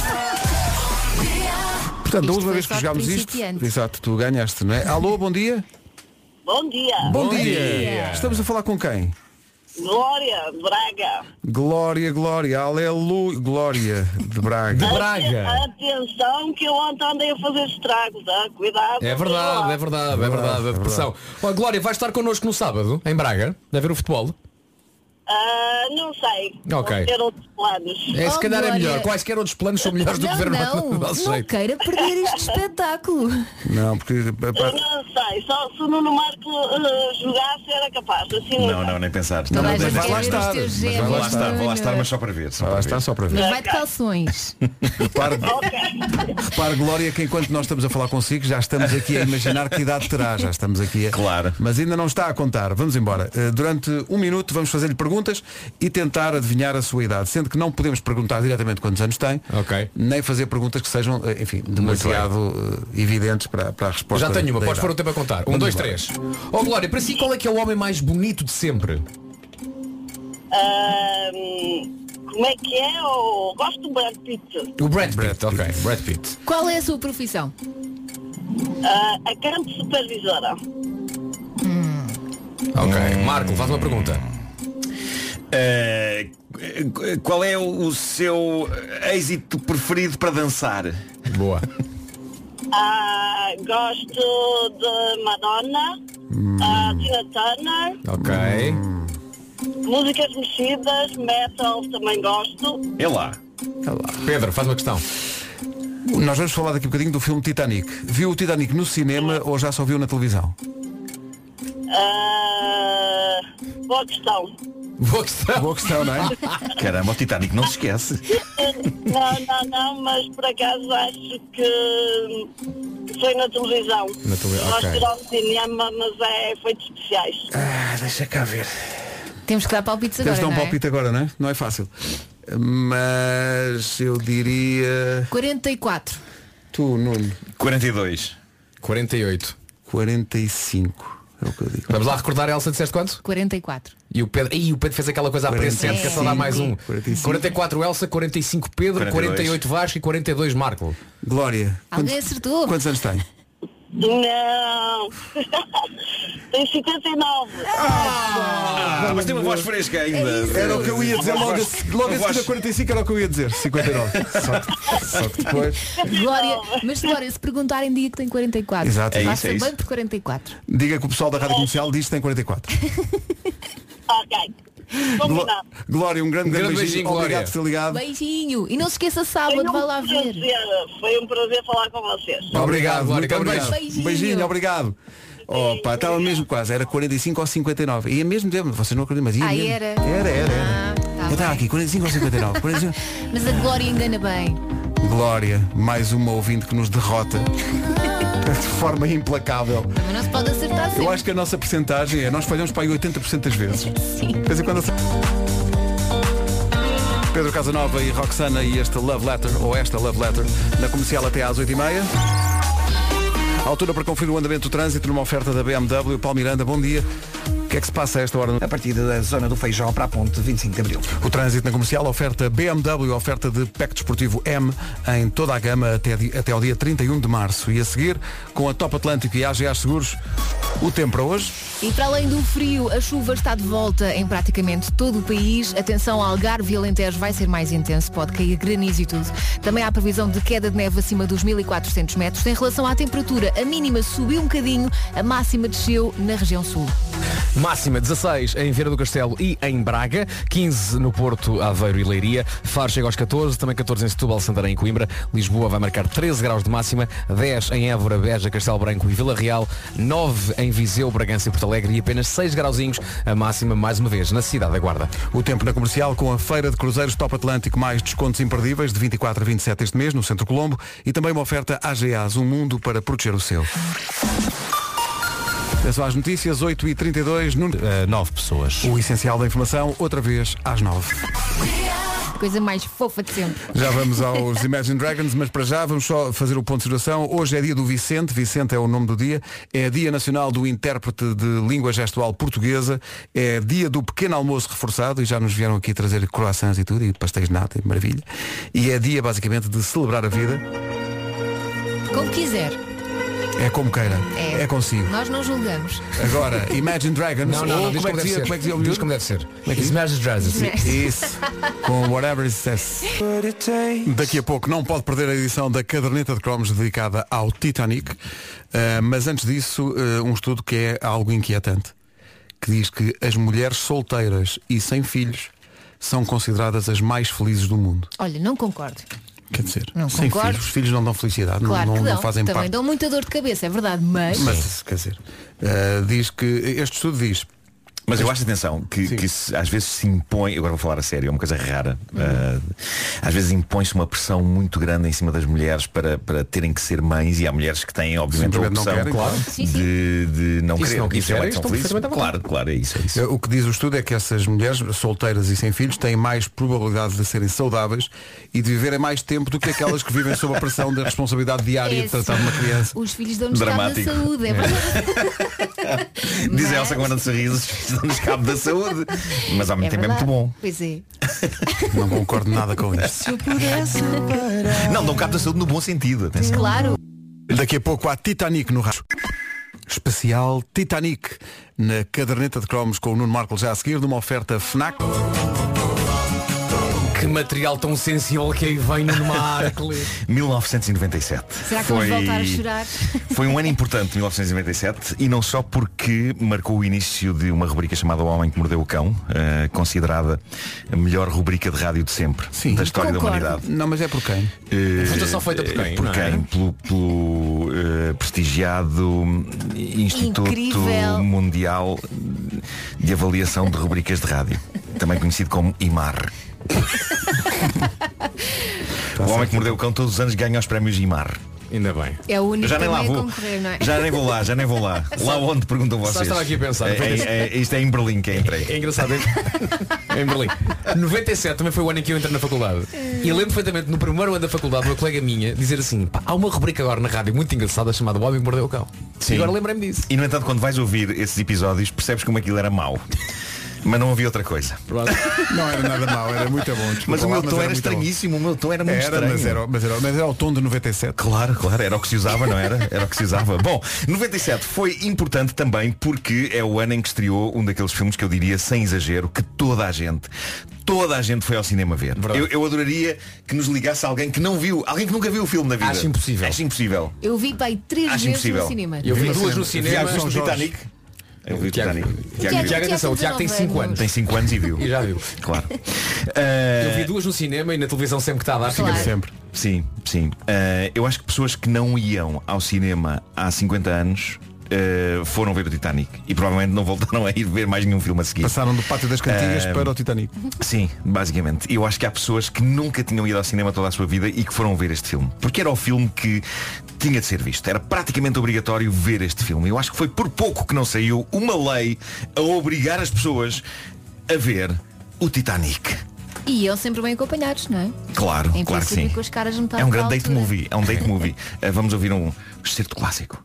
S1: Portanto,
S3: Isto
S1: a última
S3: foi
S1: vez que
S3: só de
S1: jogámos isto.
S3: principiante.
S1: Exato, tu ganhaste, não é? Alô, bom dia.
S9: Bom dia,
S1: Bom, dia. Estamos a falar com quem?
S9: Glória, Braga.
S1: Glória, Glória, aleluia, Glória de Braga.
S5: Braga.
S9: Atenção que eu ontem andei a fazer estragos, ah, cuidado.
S5: É verdade, é verdade, é verdade, a pressão. Ó, Glória, vai estar connosco no sábado, em Braga, a ver o futebol.
S9: Ah, não sei.
S5: Ok.
S9: Vou ter outros planos.
S5: É, se
S3: Oh,
S5: calhar é
S3: Glória.
S5: melhor. Quaisquer outros planos são melhores do que ver o
S3: não,
S5: nosso-
S3: não,
S5: nosso
S3: não
S5: jeito.
S3: queira perder este espetáculo.
S1: Não, porque
S9: Eu
S1: pá,
S9: não sei, só se o Nuno Marco ah, jogasse era capaz. Assim
S11: Não, não, nem pensar.
S3: Toda
S1: mas
S3: a gente
S1: vai
S3: quer
S1: lá
S3: ver
S1: estar,
S3: os teus
S1: mas vai lá
S11: Vou
S3: gêmeos,
S11: lá estar, vou lá estar,
S3: Nuno.
S11: mas só para ver. Só
S1: lá
S11: para
S1: está
S11: ver.
S1: só para ver.
S3: Mas vai de calções.
S1: Repare, repare, Glória, que enquanto nós estamos a falar consigo, já estamos aqui a imaginar que idade terá. Já estamos aqui a...
S11: Claro.
S1: Mas ainda não está a contar. Vamos embora. Eh, Durante um minuto vamos fazer-lhe perguntas e tentar adivinhar a sua idade. Sendo que não podemos perguntar diretamente quantos anos tem,
S5: Ok.
S1: nem fazer perguntas que sejam, eh, enfim, demasiado eh, evidentes para, para a resposta.
S5: Já tenho uma,
S1: da idade.
S5: podes pôr o tempo a contar. Um,
S1: Vamos
S5: dois,
S1: embora.
S5: três. Ó Glória, para si qual é que é o homem mais bonito de sempre?
S9: Ah, como é que é? Eu gosto do Brad Pitt.
S5: O Brad Pitt, ok. Brad Pitt.
S3: Qual é a sua profissão?
S9: Ah, a grande supervisora.
S5: Ok. Marco, faz uma pergunta.
S11: Eh, qual é o o seu êxito preferido para dançar?
S5: Boa.
S9: Ah, gosto de Madonna, ah, Tina Turner,
S5: Ok.
S9: músicas mexidas, metal também gosto.
S11: É lá.
S5: Pedro, faz uma questão.
S1: Nós vamos falar daqui a bocadinho do filme Titanic. Viu o Titanic no cinema ou já só viu na televisão?
S9: Ah, boa questão.
S5: Boa questão.
S1: Boa questão, não é?
S11: Caramba, o Titanic não se esquece.
S9: Não, não, não, mas por acaso acho que que foi na televisão.
S5: Na tele-
S9: Nós
S5: ok.
S9: tiramos cinema, mas é efeitos especiais.
S11: Ah,
S1: deixa cá ver.
S3: Temos que dar palpites
S1: Temos
S3: agora,
S1: de dar um
S3: não é?
S1: palpite agora, não é? Não é fácil. Mas eu diria.
S3: 44.
S1: Tu, Nuno.
S11: 42.
S5: 48.
S1: 45. É o que eu digo.
S5: Vamos lá recordar, Elsa, disseste quanto?
S3: 44.
S5: E o Pedro, Ih, o Pedro fez aquela coisa apreensante, que é só dar mais um.
S1: 45.
S5: 44 Elsa, 45 Pedro,
S11: 42.
S5: 48 Vasco e 42 Marco.
S1: Glória.
S3: Alguém
S1: quantos-
S3: acertou?
S1: Quantos anos tem?
S9: Não! Tem 59.
S11: Ah, mas tem uma voz fresca ainda.
S1: Era o que eu ia dizer logo a se- logo a
S11: Voz-
S1: seguir a 45 era o que eu ia dizer. 59. Só que, só que depois.
S3: Glória, mas Glória, se perguntarem, diga que tem 44.
S1: Exato. É isso,
S3: Faça
S11: é isso.
S3: bem por 44.
S1: Diga que o pessoal da Rádio Comercial diz que tem 44.
S9: Ok.
S1: Gló-
S9: Combinado.
S1: Glória, um grande,
S5: Um grande
S1: grande
S5: beijinho,
S1: beijinho. Obrigado
S5: Glória.
S1: por ter ligado.
S3: Beijinho. E não se esqueça
S9: Foi
S3: sábado,
S9: um
S3: vai lá ver.
S9: prazer, Foi um prazer falar com vocês.
S1: Obrigado,
S5: Obrigado, Glória,
S1: muito
S5: grande
S1: obrigado.
S3: beijinho.
S1: Beijinho, obrigado. Opa, estava mesmo quase, era 45 ou 59. Ia mesmo tempo, vocês não acreditam, mas ia
S3: Ah,
S1: mesmo.
S3: era?
S1: Era, era, era.
S3: Ah, tá
S1: Eu estava
S3: bem.
S1: aqui, 45 ou 59. 45.
S3: Mas a Glória engana bem.
S1: Glória, mais uma ouvinte que nos derrota. forma implacável.
S3: Mas não se pode acertar
S1: Eu
S3: sempre.
S1: acho que a nossa porcentagem é, nós falhamos para aí 80% das vezes.
S3: Sim.
S1: De vez em quando acertamos. Pedro Casanova e Roxana e este Love Letter, ou esta Love Letter, na comercial até às 8h30. Altura para conferir o andamento do trânsito numa oferta da BMW. Paulo Miranda, bom dia. O que é que se passa a esta hora?
S2: A partir da zona do Feijó para a ponte 25 de Abril.
S1: O trânsito na comercial oferta BMW, oferta de PEC Desportivo M em toda a gama até, di- até ao dia 31 de março. E a seguir, com a Top Atlântico e a AGA Seguros, o tempo para hoje.
S3: E para além do frio, a chuva está de volta em praticamente todo o país. Atenção, Algarve e Alentejo vai ser mais intenso, pode cair granizo e tudo. Também há previsão de queda de neve acima dos 1400 metros. Em relação à temperatura, a mínima subiu um bocadinho, a máxima desceu na região sul.
S5: Máxima 16 em Vieira do Castelo e em Braga, 15 no Porto, Aveiro e Leiria, Faro chega aos 14, também 14 em Setúbal, Santarém e Coimbra, Lisboa vai marcar 13 graus de máxima, 10 em Évora, Beja, Castelo Branco e Vila Real, 9 em Viseu, Bragança e Porto Alegre e apenas 6 grauzinhos a máxima mais uma vez na cidade da Guarda.
S1: O tempo na comercial com a Feira de Cruzeiros Top Atlântico mais descontos imperdíveis de 24 a 27 este mês no Centro Colombo e também uma oferta AGAs, um mundo para proteger o seu. Atenção às notícias, 8h32, Nuno-
S7: Eh, nove pessoas.
S1: o essencial da informação, outra vez às 9
S3: Coisa mais fofa de sempre.
S1: Já vamos aos Imagine Dragons, mas para já vamos só fazer o ponto de situação. Hoje é dia do Vicente, Vicente é o nome do dia, é dia nacional do intérprete de língua gestual portuguesa, é dia do pequeno almoço reforçado, e já nos vieram aqui trazer croissants e tudo, e pastéis de nata, e maravilha. E é dia basicamente de celebrar a vida,
S3: Como quiser.
S1: é como queira, é,
S3: É.
S1: consigo.
S3: Nós não julgamos.
S1: Agora, Imagine Dragons, ou como, é que dizia, como é que dizia o miúdo?
S5: deve ser.
S1: é que diz? Isso, com whatever it says. Daqui a pouco não pode perder a edição da caderneta de cromos dedicada ao Titanic, Ah, mas antes disso, ah, um estudo que é algo inquietante, que diz que as mulheres solteiras e sem filhos são consideradas as mais felizes do mundo.
S3: Olha, não concordo.
S1: Quer dizer,
S3: Não
S1: sem
S3: concordo.
S1: filhos, os filhos não dão felicidade, não-
S3: Claro
S1: não,
S3: que
S1: não
S3: dão.
S1: fazem
S3: Também
S1: parte.
S3: dão muita dor de cabeça, é verdade, mas...
S1: Mas, quer dizer, ah, diz que este estudo diz
S11: Mas eu acho, atenção, que, que se- às vezes se impõe, agora vou falar a sério, é uma coisa rara,
S5: Uhum.
S11: ah, às vezes impõe-se uma pressão muito grande em cima das mulheres para, para terem que ser mães e há mulheres que têm, obviamente, a
S1: Simplesmente não
S11: opção
S1: querem, claro.
S3: Sim, sim.
S11: de, de não
S5: E se
S11: querer.
S5: não
S11: Isso
S5: quiserem,
S11: é bem
S5: estão
S11: feliz.
S5: perfeitamente à vontade.
S11: Claro, claro, é isso. É isso.
S1: Eh, O que diz o estudo é que essas mulheres solteiras e sem filhos têm mais probabilidades de serem saudáveis e de viverem mais tempo do que aquelas que vivem sob a pressão da responsabilidade diária de
S3: Esse.
S1: tratar de uma criança.
S3: Os filhos dão-nos cabo da
S11: Dramático.
S3: saúde, é verdade.
S11: Diz
S3: Mas-
S11: a Elsa Guarda de Sorrisos, damos cabo da saúde, mas ao mesmo tempo é muito
S3: verdade.
S11: bom.
S3: Pois é.
S1: Não concordo nada com isso.
S11: Não, dão cabo da saúde no bom sentido, atenção.
S3: Claro.
S1: Daqui a pouco há Titanic no rádio. Especial Titanic na caderneta de cromos com o Nuno Marco já a seguir numa oferta FNAC.
S5: Que material tão sensível que aí vem no Marco.
S11: 1997.
S3: Será que vamos voltar a chorar?
S11: Foi um ano importante, 1997, e não só porque marcou o início de uma rubrica chamada O Homem que Mordeu o Cão, eh, considerada a melhor rubrica de rádio de sempre
S1: Sim.
S11: da história
S3: Concordo.
S11: da humanidade.
S1: Não, mas é por quem?
S11: Eh,
S5: Votação feita por quem,
S11: Por
S5: não é?
S11: quem? Pelo, pelo, eh, prestigiado Instituto
S3: Incrível.
S11: Mundial de Avaliação de Rubricas de Rádio, também conhecido como IMAR. o Homem que Mordeu o Cão todos os anos ganha os prémios IMAR.
S5: Ainda bem.
S3: É o único
S11: Já nem lá
S3: também a
S11: vou.
S3: concorrer, não é?
S11: Já nem vou lá, já nem vou lá. Lá onde perguntam vocês.
S5: estava aqui a pensar.
S11: É, é, é, isto é em Berlim que eu entrei.
S5: É engraçado. em Berlim. 97 também foi o ano em que eu entrei na faculdade. E lembro perfeitamente, no primeiro ano da faculdade, uma colega minha dizer assim, "Pá, há uma rubrica agora na rádio muito engraçada chamada O Homem que Mordeu o Cão. E agora lembrei-me disso.
S11: E no entanto, quando vais ouvir esses episódios, percebes como aquilo era mau. Mas não havia outra coisa.
S1: Não era nada mau, era muito bom. desculpa
S11: Mas o meu
S1: lá,
S11: tom era
S1: muito bom.
S11: estranhíssimo, o meu tom era muito
S1: Era,
S11: estranho.
S1: mas era, mas, era, mas era o tom de 97.
S11: Claro, claro, era o que se usava, não era? Era o que se usava. Bom, 97 foi importante também porque é o ano em que estreou um daqueles filmes que eu diria, sem exagero, que toda a gente, toda a gente foi ao cinema ver. Eu, eu adoraria que nos ligasse alguém que não viu, alguém que nunca viu o filme na vida.
S5: Acho impossível.
S11: Acho impossível.
S3: Eu vi pai três
S11: Acho
S3: vezes
S11: impossível.
S3: no cinema.
S5: Eu vi
S1: Viva
S5: duas no
S1: sempre.
S5: cinema.
S11: Tiago,
S2: um
S11: viste o
S1: Jorge.
S11: Titanic? Eu vi o
S5: Tiago.
S11: Titanic.
S3: Tiago-
S11: viu.
S5: Tiago, atenção, o Tiago tem 5
S3: 19
S5: anos.
S11: Tem 5 anos e viu.
S5: E já viu.
S11: Claro.
S2: É.
S5: Eu vi
S11: Eh,
S5: duas no cinema e na televisão sempre que está a dar.
S3: Claro.
S1: Sempre.
S11: Sim, sim. Eh, eu acho que pessoas que não iam ao cinema há 50 anos
S2: eh, foram ver o Titanic e provavelmente não voltaram a ir ver mais nenhum filme a seguir.
S1: Passaram do Pátio das Cantigas
S11: Ehm,
S2: Eh,
S1: para o Titanic.
S2: Sim, basicamente. Eu acho que há pessoas que nunca tinham ido ao cinema toda a sua vida e que foram ver este filme. Porque era o filme que tinha de ser visto. Era praticamente obrigatório ver este filme. Eu acho que foi por pouco que não saiu uma lei a obrigar as pessoas a ver o Titanic.
S3: E iam sempre bem acompanhados, não é?
S2: Claro,
S3: Em
S2: claro que
S3: princípio,
S2: sim.
S3: com as caras
S2: É
S3: metade
S2: um
S3: da
S2: grande date
S3: altura.
S2: movie. É um date movie. Eh, Vamos ouvir um excerto clássico.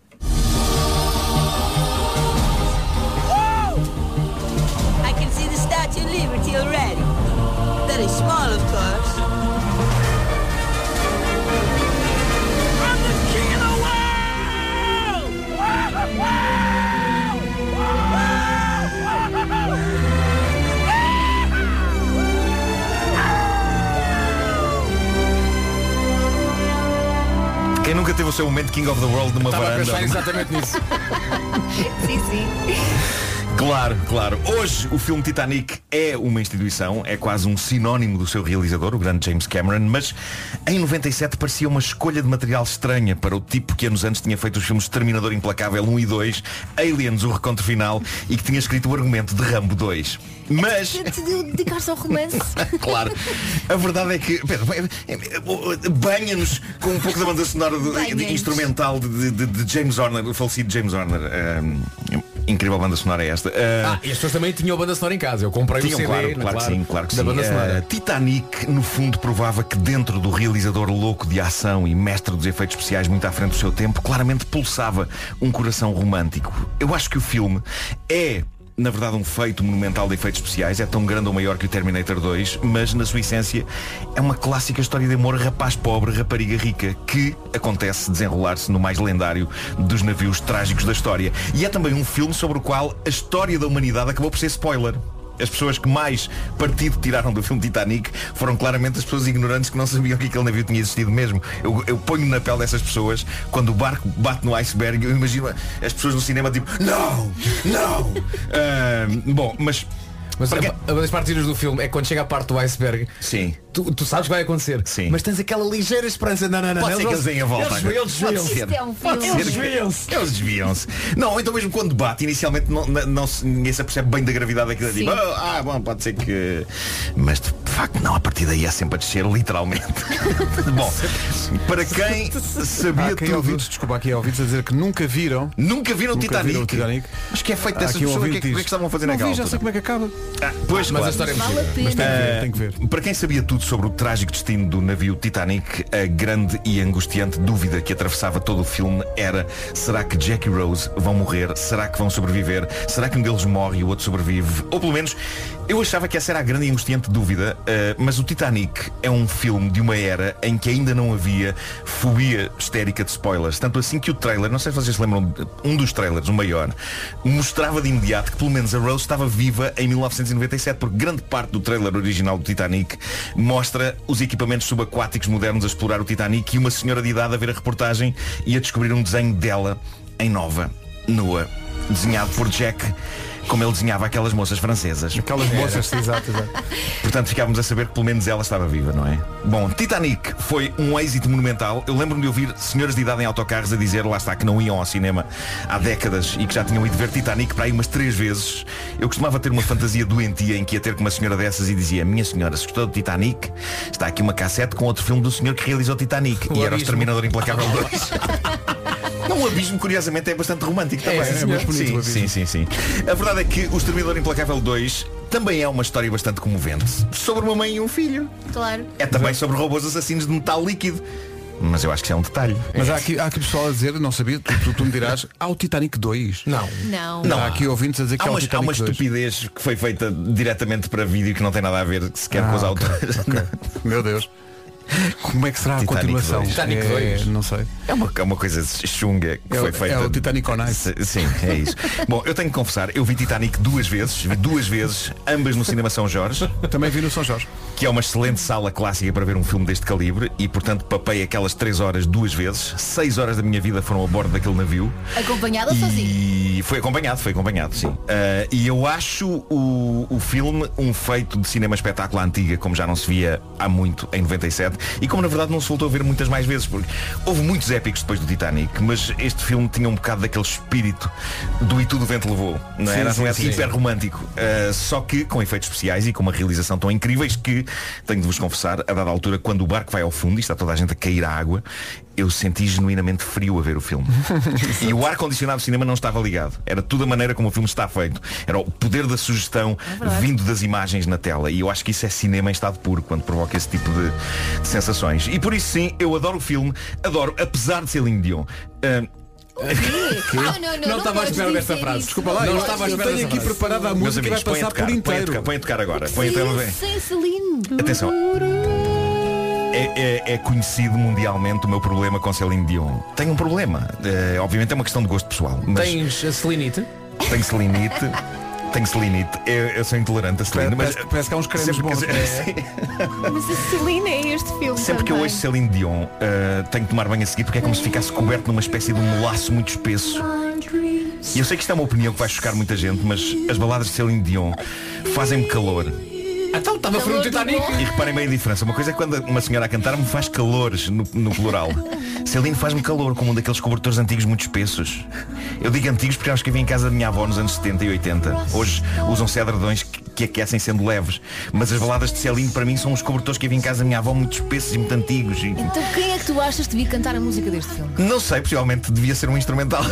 S12: I can see the Statue of Liberty already. That is small, of course. I'm the king of the
S2: Quem nunca teve o seu momento King of the World numa
S5: Estava a
S2: varanda?
S5: pensar exatamente nisso.
S3: sim, sim.
S2: Claro, claro. Hoje o filme Titanic é uma instituição, é quase um sinónimo do seu realizador, o grande James Cameron, mas em 97 parecia uma escolha de material estranha para o tipo que anos antes tinha feito os filmes Terminador Implacável 1 e 2, Aliens, o Recontro Final e que tinha escrito o argumento de Rambo 2. Mas...
S3: Decidiu dedicar-se ao romance.
S2: Claro. A verdade é que. Pedro, banha-nos com um pouco da banda sonora do- de-
S3: Banha-nos.
S2: instrumental de, de- de James Horner, o falecido James Horner. Ahm, incrível banda sonora é esta. Ah,
S5: Ah, e as pessoas também tinham a banda sonora em casa. Eu comprei o
S2: Tinham,
S5: CD,
S2: claro,
S5: não é?
S2: claro que sim, claro que
S5: da
S2: sim.
S5: banda
S2: Eh,
S5: sonora.
S2: Titanic, no fundo, provava que dentro do realizador louco de ação e mestre dos efeitos especiais muito à frente do seu tempo, claramente pulsava um coração romântico. Eu acho que o filme é. Na verdade, um feito monumental de efeitos especiais é tão grande ou maior que o Terminator 2, mas na sua essência é uma clássica história de amor rapaz pobre, rapariga rica, que acontece desenrolar-se no mais lendário dos navios trágicos da história. E é também um filme sobre o qual a história da humanidade acabou por ser spoiler. As pessoas que mais partido tiraram do filme Titanic foram claramente as pessoas ignorantes que não sabiam que aquele navio tinha existido mesmo. Eu, eu ponho na pele dessas pessoas quando o barco bate no iceberg, eu imagino as pessoas no cinema tipo, não, não. Ah, bom, mas
S5: Mas a- uma das partes giras do filme é quando chega a parte do iceberg.
S2: Sim.
S5: Tu, tu sabes que vai acontecer. Sim. Mas tens aquela ligeira esperança. Não, não, não.
S2: Pode
S5: não,
S2: ser que eles deem a volta.
S5: Eles, eles
S2: Pode
S5: desviam-se.
S2: ser.
S3: Isto é um
S2: Pode
S3: filme.
S2: ser que- Eles desviam-se. Não, então mesmo quando bate, inicialmente não, não- não se- ninguém se apercebe bem da gravidade daquilo.
S3: Sim.
S2: Tipo, ah, ah, bom, pode ser que. Mas de facto não, a partir daí é sempre a descer, literalmente. bom, para quem sabia
S1: Há quem
S2: tudo.
S1: ouvidos, desculpa, aqui há ouvidos a dizer que nunca viram.
S2: Nunca viram o
S1: Nunca
S2: Titanic.
S1: viram o Titanic.
S2: Mas que é feito
S1: Há
S2: dessas
S1: aqui um
S2: pessoas? O que é que-
S1: ouvinte
S2: o que é que
S1: diz,
S2: estavam a fazer
S1: "Não
S2: naquela
S1: vi, já
S2: altura?"
S1: sei como é que acaba.
S2: Ah,
S1: Mas
S2: pois, claro.
S1: a história é muito
S3: Vale a
S1: gira.
S3: pena.
S1: Mas tem que ver,
S2: Ah,
S1: tem que ver.
S2: Para quem sabia tudo sobre o trágico destino do navio Titanic, a grande e angustiante dúvida que atravessava todo o filme era será que Jack e Rose vão morrer? Será que vão sobreviver? Será que um deles morre e o outro sobrevive? Ou pelo menos eu achava que essa era a grande e angustiante dúvida, ah, mas o Titanic é um filme de uma era em que ainda não havia fobia histérica de spoilers. Tanto assim que o trailer, não sei se vocês se lembram, de- um dos trailers, o maior, mostrava de imediato que pelo menos a Rose estava viva em 1997, porque grande parte do trailer original do Titanic mostra os equipamentos subaquáticos modernos a explorar o Titanic e uma senhora de idade a ver a reportagem e a descobrir um desenho dela em nova, nua, desenhado por Jack, como ele desenhava aquelas moças francesas.
S1: Aquelas moças, sim, exato, exato.
S2: Portanto, ficávamos a saber que pelo menos ela estava viva, não é? Bom, Titanic foi um êxito monumental. Eu lembro-me de ouvir senhoras de idade em autocarros a dizer, lá está, que não iam ao cinema há décadas e que já tinham ido ver Titanic para aí umas três vezes. Eu costumava ter uma fantasia doentia em que ia ter com uma senhora dessas e dizia, minha senhora, se gostou do Titanic, está aqui uma cassete com outro filme do senhor que realizou Titanic.
S5: O
S2: e era o
S5: abismo.
S2: Exterminador Implacável 2. Não, o abismo, curiosamente, é bastante romântico também.
S5: é
S2: sim,
S5: muito
S2: senhor.
S5: bonito o abismo.
S2: sim, sim, sim, sim. A verdade é que O Exterminador Implacável 2 também é uma história bastante comovente. Sobre uma mãe e um filho.
S3: Claro.
S2: É também sobre robôs assassinos de metal líquido. Mas eu acho que isso é um detalhe.
S1: Mas há aqui, há aqui pessoal a dizer, não sabia, tu, tu, tu me dirás, há o Titanic 2.
S5: Não.
S3: Não.
S2: Não.
S1: Há aqui ouvintes a dizer que
S2: Há
S1: há,
S2: uma,
S1: o
S2: há
S1: Titanic
S2: uma
S1: 2.
S2: estupidez que foi feita diretamente para vídeo que não tem nada a ver sequer com os
S1: Ah,
S2: autores.
S1: Meu Deus. Como é que será a
S2: Titanic
S1: continuação?
S2: 2.
S5: Titanic
S1: É,
S5: 2.
S1: não sei.
S2: É uma, é uma coisa chunga que
S1: É o-
S2: foi feita.
S1: é o Titanic on Ice.
S2: S- Sim, é isso. Bom, eu tenho que confessar, eu vi Titanic duas vezes, vi duas vezes, ambas no Cinema São Jorge.
S1: Também vi no São Jorge.
S2: que é uma excelente sala clássica para ver um filme deste calibre e portanto papei aquelas três horas duas vezes, seis horas da minha vida foram a bordo daquele navio
S3: Acompanhada ou
S2: e
S3: sozinho.
S11: E foi acompanhado, foi acompanhado, sim. Ah, e eu acho o, o filme um feito de cinema espetáculo à antiga, como já não se via há muito, em 97, e como na verdade não se voltou a ver muitas mais vezes, porque houve muitos épicos depois do Titanic, mas este filme tinha um bocado daquele espírito do E Tudo o Vento Levou. Não é?
S7: Sim,
S11: era
S7: sim,
S11: não era
S7: sim,
S11: hiper romântico. Ah, só que com efeitos especiais e com uma realização tão incríveis que, tenho de vos confessar, a dada altura, quando o barco vai ao fundo e está toda a gente a cair à água, eu senti genuinamente frio a ver o filme. e o ar-condicionado do cinema não estava ligado. Era tudo a maneira como o filme está feito. Era o poder da sugestão
S7: É
S11: vindo das imagens na tela. E eu acho que isso é cinema em estado puro, quando provoca esse tipo de, de sensações. E por isso sim, eu adoro o filme, adoro, apesar de ser Lindy Dion. Ah,
S8: Não, não, não, não
S11: estava à
S8: podes
S11: espera
S8: dizer
S11: desta
S8: isso.
S11: frase.
S1: Desculpa lá, eu eu tenho aqui preparada a
S11: Meus
S1: música e
S11: amigos,
S1: vai
S11: põe a
S1: passar por
S11: tocar, põe a
S1: inteiro.
S11: tocar, põe a tocar agora. Põe a
S9: então,
S11: tocar bem.
S3: Sem Celine.
S11: Atenção. É, é- é conhecido mundialmente o meu problema com Celine Dion. Tenho um problema. Eh, obviamente é uma questão de gosto pessoal. Mas
S5: Tens a selinite?
S11: tenho selinite. Tenho selinite. Eu, eu sou intolerante a selinite. Mas
S1: Parece- parece que há uns cremes
S11: sempre que-
S1: bons. é?
S13: Mas a Celina é este filme.
S11: Sempre que eu
S13: também.
S11: ouço Celine Dion, eh, tenho que tomar banho a seguir porque é como se ficasse coberto numa espécie de um laço muito espesso. E eu sei que isto é uma opinião que vai chocar muita gente, mas as baladas de Celine Dion fazem-me calor.
S5: Então estava
S11: Calor do bom. E reparem bem a diferença. Uma coisa é quando uma senhora a cantar me faz calores no, no plural. Celine faz-me calor como um daqueles cobertores antigos muito espessos. Eu digo antigos porque já os escrevi em casa da minha avó nos anos 70 e 80. Hoje usam se edredões que, que aquecem sendo leves. Mas as baladas de Celine para mim são os cobertores que havia em casa da minha avó muito espessos e muito antigos. E...
S3: Então quem é que tu achas que devia cantar a música deste filme?
S11: Não sei, possivelmente devia ser um instrumental.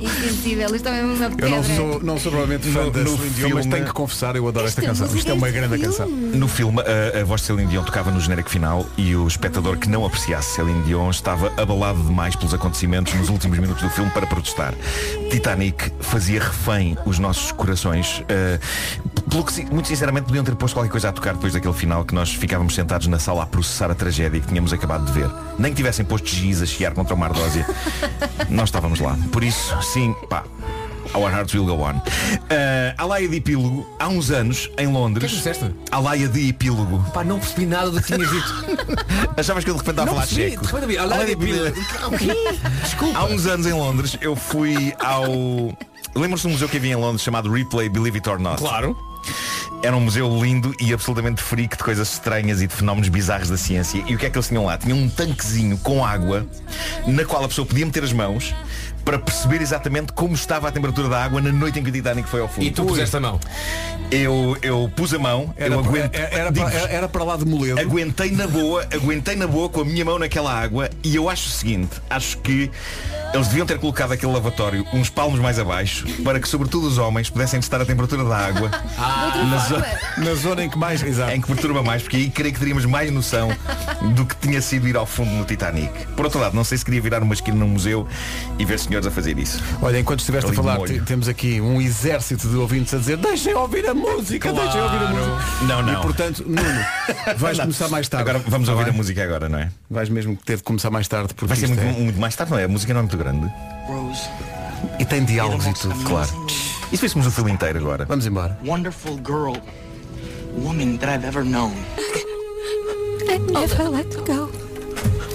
S3: Insensível, isto também é uma pedra.
S1: Eu não sou, não sou provavelmente fã
S11: No-
S1: da
S11: no
S1: Celine Dion, mas
S11: filme-
S1: tenho que confessar, eu adoro esta,
S11: Esta
S1: canção.
S11: música
S1: Isto é uma grande canção.
S11: No filme, a, a voz de Celine Dion tocava no genérico final e o espectador que não apreciasse Celine Dion estava abalado demais pelos acontecimentos nos últimos minutos do filme para protestar. Titanic fazia refém os nossos corações, eh, pelo que, si- muito sinceramente, podiam ter posto qualquer coisa a tocar depois daquele final que nós ficávamos sentados na sala a processar a tragédia que tínhamos acabado de ver. Nem que tivessem posto giz a chiar contra uma ardósia. nós estávamos lá. Por isso, sim, pá. Our Hearts Will Go On. Eh, há lá epílogo, há uns anos, em Londres.
S5: O que é que disseste?
S11: Há lá de epílogo.
S5: Pá, não percebi nada do que tinhas dito.
S11: Achavas que eu de
S5: Tá
S11: repente estava a falar
S5: percebi,
S11: checo?
S5: de repente havia, "Olá,
S11: Olá,
S5: de
S11: Epílogo."
S5: epílogo. O quê?
S11: Há uns anos em Londres eu fui ao. Lembram-se de um museu que havia em Londres chamado Replay Believe It or Not? Claro. Era um museu lindo e absolutamente freak de coisas estranhas e de fenómenos bizarros da ciência. E o que é que eles tinham lá? Tinham um tanquezinho com água na qual a pessoa podia meter as mãos para perceber exatamente como estava a temperatura da água na noite em que o Titanic foi ao fundo.
S5: E tu puseste a mão?
S11: Eu, eu pus a mão,
S1: Era
S11: eu
S1: para-
S11: aguento.
S5: é-
S1: era para-
S11: digo-vos,
S1: era para lá de moledo.
S11: Aguentei na boa, aguentei na boa com a minha mão naquela água e eu acho o seguinte, acho que eles deviam ter colocado aquele lavatório uns palmos mais abaixo para que sobretudo os homens pudessem testar a temperatura da água na, zo-
S1: na zona em que mais
S11: em que perturba mais, porque aí creio que teríamos mais noção do que tinha sido ir ao fundo no Titanic. Por outro lado, não sei se queria virar uma esquina num museu e ver senhores a fazer isso.
S1: Olha, enquanto estiveste a
S11: Ali é de
S1: falar,
S11: molho.
S1: te- temos aqui um exército de ouvintes a dizer deixem ouvir a música, deixem ouvir a música.
S11: Não, não.
S1: E portanto, Nuno, vais
S11: Não.
S1: começar mais tarde.
S11: Agora vamos
S1: Tá
S11: ouvir
S1: bem?
S11: a música agora, não é?
S1: Vais mesmo ter de começar mais tarde porque
S11: Vai ser
S1: isto
S11: muito,
S1: é-
S11: muito mais tarde, não é? A música não é muito grande.
S1: E tem diálogos e tudo.
S11: Claro. E se fôssemos o filme inteiro agora?
S1: Vamos embora.
S6: Wonderful girl. Woman that I've ever known.
S13: I never let go.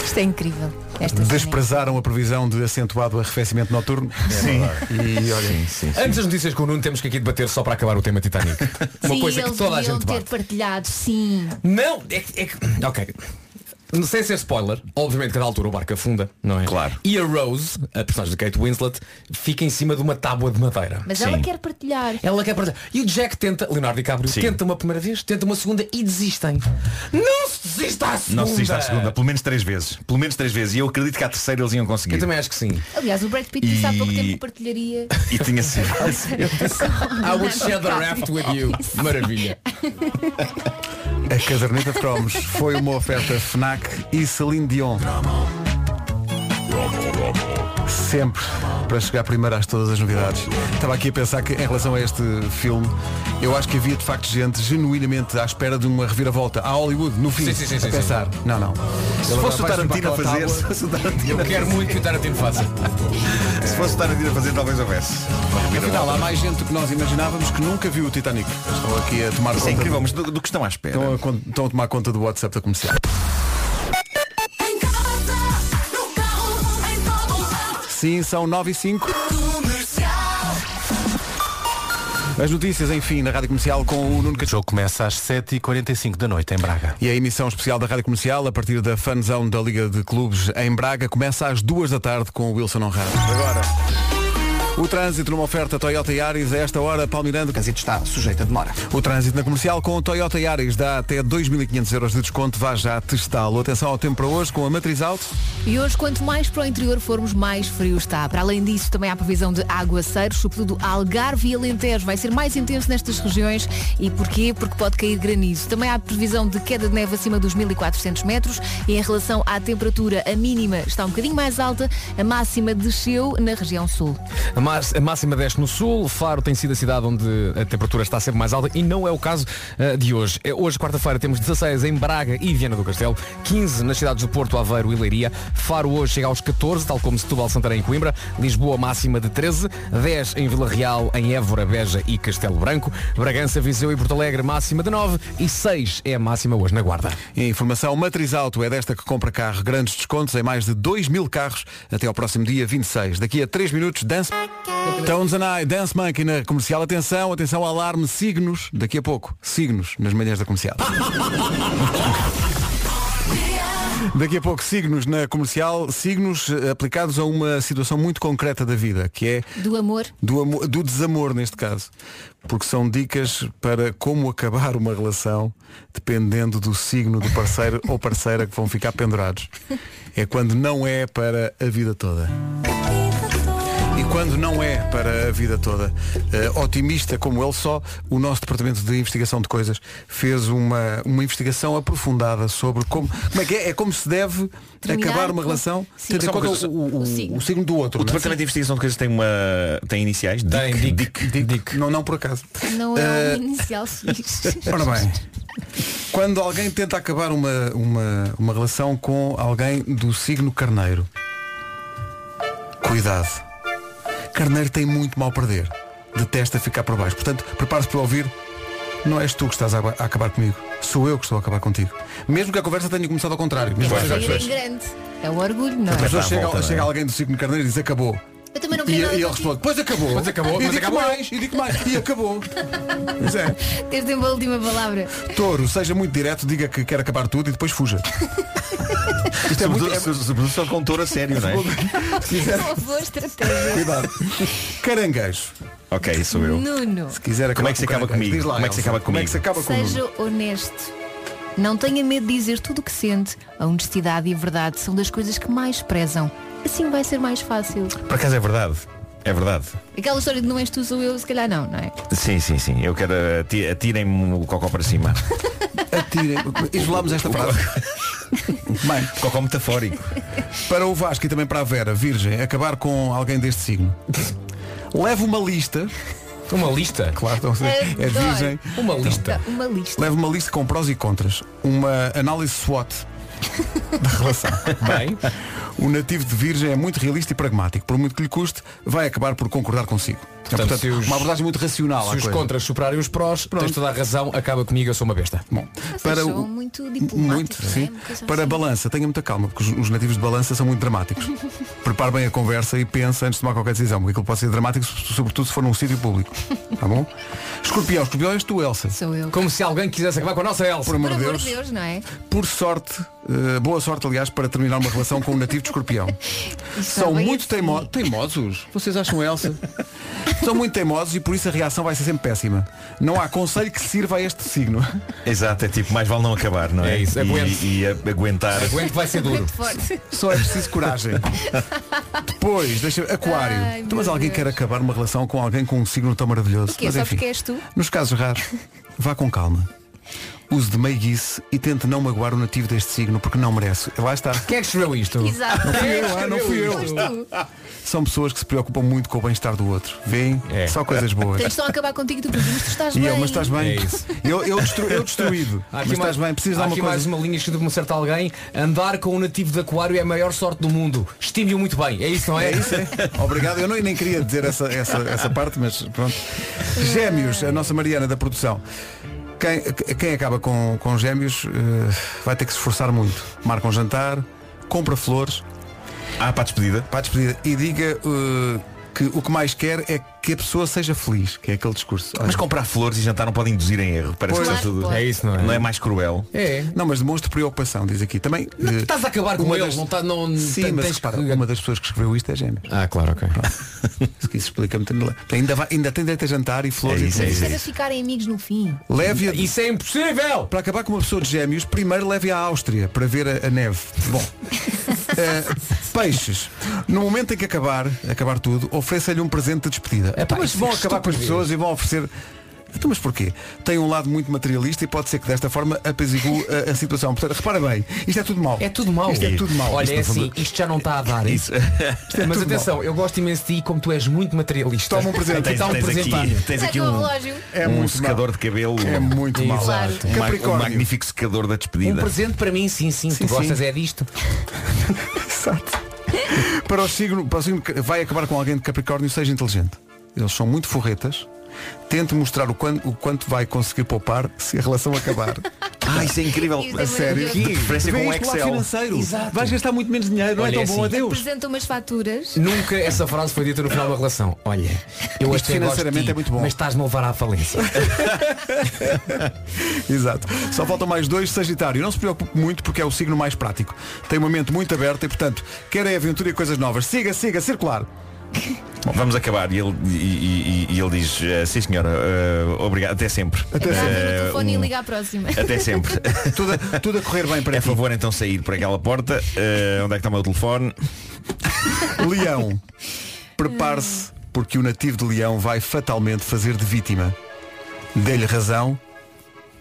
S3: Isto é incrível. Esta
S1: Desprezaram a previsão de acentuado arrefecimento noturno.
S5: Sim.
S1: E olha.
S5: Antes das notícias com o Nuno temos que aqui debater só para acabar o tema Titanic. Uma
S3: Sim,
S5: coisa que
S3: eles
S5: toda a
S3: deviam
S5: gente
S3: ter
S5: bate.
S3: partilhado, sim.
S5: Não, é, que- é que. Ok. Sem ser spoiler, obviamente que a da altura o barco afunda, não é? Claro. E a Rose, a personagem de Kate Winslet, fica em cima de uma tábua de madeira.
S3: Mas ela quer partilhar.
S5: Ela quer perder. E o Jack tenta, Leonardo DiCaprio, tenta uma primeira vez, tenta uma segunda e desistem. Não se desista à segunda!
S11: Não se existe à segunda, pelo menos três vezes. Pelo menos três vezes. E eu acredito que à terceira eles iam conseguir. Eu também
S5: acho que sim.
S3: Aliás, o Brad Pitt disse há pouco
S11: E-
S3: tempo que partilharia.
S11: E tinha sido.
S5: I will share the raft with you. Maravilha.
S1: A caderneta de cromos foi uma oferta FNAC e Celine Dion. Sempre para chegar primeiro às todas as novidades. Estava aqui a pensar que em relação a este filme, eu acho que havia de facto gente genuinamente à espera de uma reviravolta a Hollywood, no fim,
S5: Sim, sim, sim,
S1: a
S5: sim,
S1: pensar.
S5: sim.
S1: Não, não.
S5: Se
S1: Ele
S5: fosse
S1: agora
S5: o
S1: vai subir
S5: Tarantino
S1: para
S5: a fazer,
S1: tábua.
S5: se fosse o Eu quero muito que o Tarantino faça.
S11: Se fosse estar a ir a fazer, talvez houvesse.
S1: Afinal, há mais gente do que nós imaginávamos que nunca viu o Titanic. Estão aqui a tomar
S11: Isso
S1: conta.
S11: é incrível,
S1: do-
S11: mas do, do que estão à espera.
S1: Estão a, con- estão a tomar conta do WhatsApp da comercial. Sim, são 9 e 5. As notícias, enfim, na Rádio Comercial com o Nuno Cachorro.
S7: O jogo começa às 7h45 da noite em Braga.
S1: E a emissão especial da Rádio Comercial, a partir da fanzão da Liga de Clubes em Braga, começa às duas da tarde com o Wilson Honrado. Agora. O trânsito numa oferta Toyota Yaris, a esta hora, Palmirando. O
S2: trânsito está sujeito a demora.
S1: O trânsito na comercial com o Toyota Yaris dá até 2.500 euros de desconto. Vá já testá-lo. Atenção ao tempo para hoje com a matriz alto.
S3: E hoje, quanto mais para o interior formos, mais frio está. Para além disso, também há previsão de aguaceiros, sobretudo Algarve e Alentejo. Vai ser mais intenso nestas regiões. E porquê? Porque pode cair granizo. Também há previsão de queda de neve acima dos 1.400 metros. E em relação à temperatura, a mínima está um bocadinho mais alta, a máxima desceu na região sul.
S5: A, mas- a máxima desce no sul, Faro tem sido a cidade onde a temperatura está sempre mais alta e não é o caso eh, de hoje. Eh, Hoje, quarta-feira, temos 16 em Braga e Viana do Castelo, 15 nas cidades do Porto, Aveiro e Leiria. Faro hoje chega aos 14, tal como Setúbal, Santarém e Coimbra. Lisboa, máxima de 13, 10 em Vila Real, em Évora, Beja e Castelo Branco. Bragança, Viseu e Porto Alegre, máxima de 9 e 6 é a máxima hoje na Guarda.
S1: E a informação Matriz Auto é desta que compra carro. Grandes descontos em mais de 2 mil carros até ao próximo dia 26. Daqui a 3 minutos, Dance... Tones and I, Dance Monkey na comercial. Atenção, atenção, alarme, signos. Daqui a pouco, signos nas manhãs da comercial. Daqui a pouco, signos na comercial, signos eh, aplicados a uma situação muito concreta da vida, que é
S3: Do amor.
S1: do, amor, do desamor neste caso. Porque são dicas para como acabar uma relação dependendo do signo do parceiro ou parceira que vão ficar pendurados. É quando não é para a vida toda. E quando não é para a vida toda. Eh, otimista como ele só, o nosso Departamento de Investigação de Coisas fez uma, uma investigação aprofundada sobre como, como é que é, é como se deve
S11: Terminar
S1: acabar uma
S11: com-
S1: relação,
S11: Sim.
S1: tendo em
S11: Só uma
S1: conta
S11: coisa,
S1: é o, o- o signo do outro. não
S11: O
S1: é?
S11: Departamento de Investigação de Coisas tem uma. tem iniciais? Tem, Dick. Dick.
S1: Não, não por acaso.
S3: Não é
S1: Eh,
S3: o inicial X.
S1: Ora bem, quando alguém tenta acabar uma, uma, uma relação com alguém do signo carneiro, cuidado. Carneiro tem muito mal a perder. Detesta ficar por baixo. Portanto, prepare-se para ouvir. Não és tu que estás a, a acabar comigo. Sou eu que estou a acabar contigo. Mesmo que a conversa tenha começado ao contrário. Mas
S3: É
S1: vai,
S3: sair
S1: vai, vai.
S3: em grande. É o orgulho, não
S1: A
S3: é?
S1: pessoa chega, chega alguém do signo carneiro e diz acabou.
S3: Eu também não
S1: E,
S3: quero nada
S1: e ele
S3: contigo.
S1: responde, pois acabou.
S5: Pois acabou,
S1: e
S5: mas
S1: digo
S5: acabou.
S1: mais, e digo mais. E acabou. Pois é.
S3: Tens de uma última palavra.
S1: Touro, seja muito direto, diga que quer acabar tudo e depois fuja. Isto é muito...
S11: Sobretudo só com touro a sério, não é?
S1: Se quiser-
S3: Uma boa estratégia.
S1: Cuidado. Caranguejo.
S11: Ok, sou eu.
S3: Nuno,
S1: Se quiser
S11: Como é que se
S1: acabar
S11: acaba
S1: com caranguejo,
S11: comigo?
S1: diz lá,
S11: Como é que
S1: Elsa,
S11: se acaba
S1: como é que se
S11: comigo?
S1: acaba comigo?
S3: seja honesto. Não tenha medo de dizer tudo o que sente. A honestidade e a verdade são das coisas que mais prezam. Assim vai ser mais fácil.
S11: Por acaso é verdade. É verdade.
S3: Aquela história de não és tu, sou eu, se calhar não, não é?
S11: Sim, sim, sim. Eu quero. ati- Atirem-me o cocó para cima.
S1: Atirem. Isolámos esta frase. Bem,
S11: cocó metafórico.
S1: Para o Vasco e também para a Vera, Virgem, acabar com alguém deste signo. Leve uma lista.
S5: Uma lista?
S1: Claro, então, é
S3: Adoro.
S1: virgem. Tá.
S3: Tá, Uma lista.
S1: Leve uma lista com prós e contras. Uma análise SWOT da relação.
S5: Bem.
S1: O nativo de Virgem é muito realista e pragmático. Por muito que lhe custe, vai acabar por concordar consigo. É, portanto,
S5: se os-
S1: uma abordagem muito racional.
S5: Se os contras superarem os prós, tens toda a razão, acaba comigo, eu sou uma besta.
S1: Bom,
S3: Vocês
S1: para
S3: são
S1: o-
S3: muito
S1: Muito,
S3: diplomáticos,
S1: sim.
S3: não é? Uma coisa
S1: Para a balança, tenha muita calma, porque os, os nativos de balança são muito dramáticos. Prepare bem a conversa e pensa antes de tomar qualquer decisão, porque aquilo pode ser dramático, so- sobretudo se for num sítio público. Tá bom? Escorpião, escorpião és tu, Elsa.
S3: Sou eu.
S5: Como se alguém quisesse acabar com a nossa Elsa.
S1: Por amor
S3: Por
S1: de
S3: amor
S1: Deus.
S3: de Deus, não é?
S1: Por sorte, eh, boa sorte, aliás, para terminar uma relação com um nativo de escorpião. São
S3: é bem assim.
S1: muito teimo- teimosos. Vocês acham, Elsa? São muito teimosos e por isso a reação vai ser sempre péssima. Não há conselho que sirva a este signo.
S11: Exato, é tipo, mais vale não acabar, não é?
S1: É isso, aguente.
S11: E, e a- aguentar.
S1: Aguente que vai ser duro.
S3: Muito forte.
S1: Só é preciso coragem. Depois, deixa aquário.
S3: Ai,
S1: Então, mas alguém quer acabar uma relação com alguém com um signo tão maravilhoso.
S3: Porquê?
S1: Mas
S3: Só
S1: enfim,
S3: porque és tu?
S1: nos casos raros, vá com calma. Use de meiguice e tente não magoar o nativo deste signo porque não merece. Lá está.
S5: Quem é que escreveu isto?
S1: Não fui eu, ah, não fui eu.
S3: Foste tu.
S1: São pessoas que se preocupam muito com o bem-estar do outro. Vêem?
S5: É.
S1: Só coisas boas.
S3: Tens só a acabar contigo e tu perguntas, mas tu estás
S1: E
S3: bem.
S1: eu, mas estás bem? Eu, eu, destru, eu destruído.
S5: É Há
S1: Mas
S5: aqui
S1: estás
S5: mais-
S1: bem, precisas
S5: há
S1: de
S5: aqui
S1: alguma
S5: mais
S1: coisa.
S5: uma linha escrita por um certo alguém. Andar com um nativo de aquário é a maior sorte do mundo. Estime-o muito bem. É isso, não é?
S1: É isso, é. Obrigado. Eu não, nem queria dizer essa, essa, essa parte, mas pronto. Gêmeos, a nossa Mariana da produção. Quem, que- quem acaba com, com gêmeos eh, vai ter que se esforçar muito. Marca um jantar, compra flores.
S11: Ah, para a despedida.
S1: Para a despedida. E diga eh, que o que mais quer é que a pessoa seja feliz, que é aquele discurso.
S11: Mas comprar flores e jantar não pode induzir em erro. Parece
S1: Pois.
S11: que está
S1: Claro,
S11: tudo.
S1: pode. É isso, não é?
S11: Não é mais cruel.
S1: É. Não, mas demonstra preocupação, diz aqui. Também.
S11: Não,
S1: eh,
S11: tu estás a acabar com
S1: uma
S11: eles,
S1: das-
S11: não estás- não-
S1: Sim,
S11: tem-
S1: mas
S11: tens
S1: repara, uma das pessoas que escreveu isto é gêmea.
S5: Ah, claro, ok.
S1: Isso que isso explica muito. Ainda, vai- ainda tem direito a jantar e flores e tudo.
S3: Precisa ficarem amigos no fim.
S1: Leve-a.
S5: Isso é impossível!
S1: Para acabar com uma pessoa de gêmeos, primeiro leve-a à Áustria para ver a, a neve. Bom. Eh, peixes. No momento em que acabar, acabar tudo, ofereça-lhe um presente de despedida. Então, mas
S5: isso
S1: vão
S5: é
S1: acabar com as
S5: estúpido.
S1: pessoas e vão oferecer. Então, mas porquê? Tem um lado muito materialista e pode ser que desta forma apazigue a, a situação. Portanto, repara bem, isto é tudo mau.
S5: É tudo mau.
S1: Isto é tudo mau.
S5: Olha,
S1: Isto,
S5: é
S1: no fundo,
S5: assim, isto já não está a dar.
S11: Isso.
S1: Isto é
S5: Mas
S1: tudo
S5: atenção, eu gosto imenso de ti como tu és muito materialista.
S1: Toma um presente.
S11: Tens,
S5: Dá um
S11: tens
S5: presente
S11: aqui,
S5: à-
S11: tens
S3: Sai
S11: aqui
S3: com o
S11: um,
S3: relógio.
S1: É
S11: um
S1: muito
S11: secador de cabelo.
S1: É muito mau.
S3: Claro.
S11: Um ma- Um,
S1: Capricórnio.
S11: magnífico secador da
S5: Um
S11: despedida.
S5: presente para mim, sim, sim. tu
S1: sim.
S5: gostas é disto.
S1: Exato. Para o signo, para o signo que vai acabar com alguém de Capricórnio, seja inteligente. Eles são muito forretas. Tente mostrar o quan- o quanto, vai conseguir poupar se a relação acabar.
S11: Ah, isso é incrível.
S3: Isso é
S11: A sério.
S3: maravilhoso.
S11: De preferência
S1: Vê
S11: é com o
S1: isto lá
S11: Excel.
S1: financeiro.
S5: Exato.
S1: Vais gastar muito menos dinheiro, não
S5: Olha,
S1: é
S5: é
S1: tão bom,
S5: assim.
S1: adeus.
S3: Apresentam umas faturas.
S5: Nunca essa frase foi dita no final da relação. Olha, eu
S1: Isto
S5: até
S1: financeiramente
S5: gosto de ti,
S1: é muito bom.
S5: mas estás-me a levar à falência.
S1: Exato. Só faltam mais dois, Sagitário. Não se preocupe muito porque é o signo mais prático. Tem uma mente muito aberta e, portanto, quer é aventura e coisas novas. Siga, siga, circular.
S11: Bom, Vamos acabar. E ele, e- e- e- e ele diz, "Ah, sim senhora, ah, obrigado, até sempre.
S3: É para
S11: Ah,
S3: atender o telefone e
S11: um-
S3: ligar à próxima.
S11: Até sempre.
S1: Tudo a, tudo a correr bem para
S11: É
S1: ti.
S11: favor então sair por aquela porta. Ah, onde é que está o meu telefone?
S1: Leão, prepare-se porque o nativo de Leão vai fatalmente fazer de vítima. Dê-lhe razão,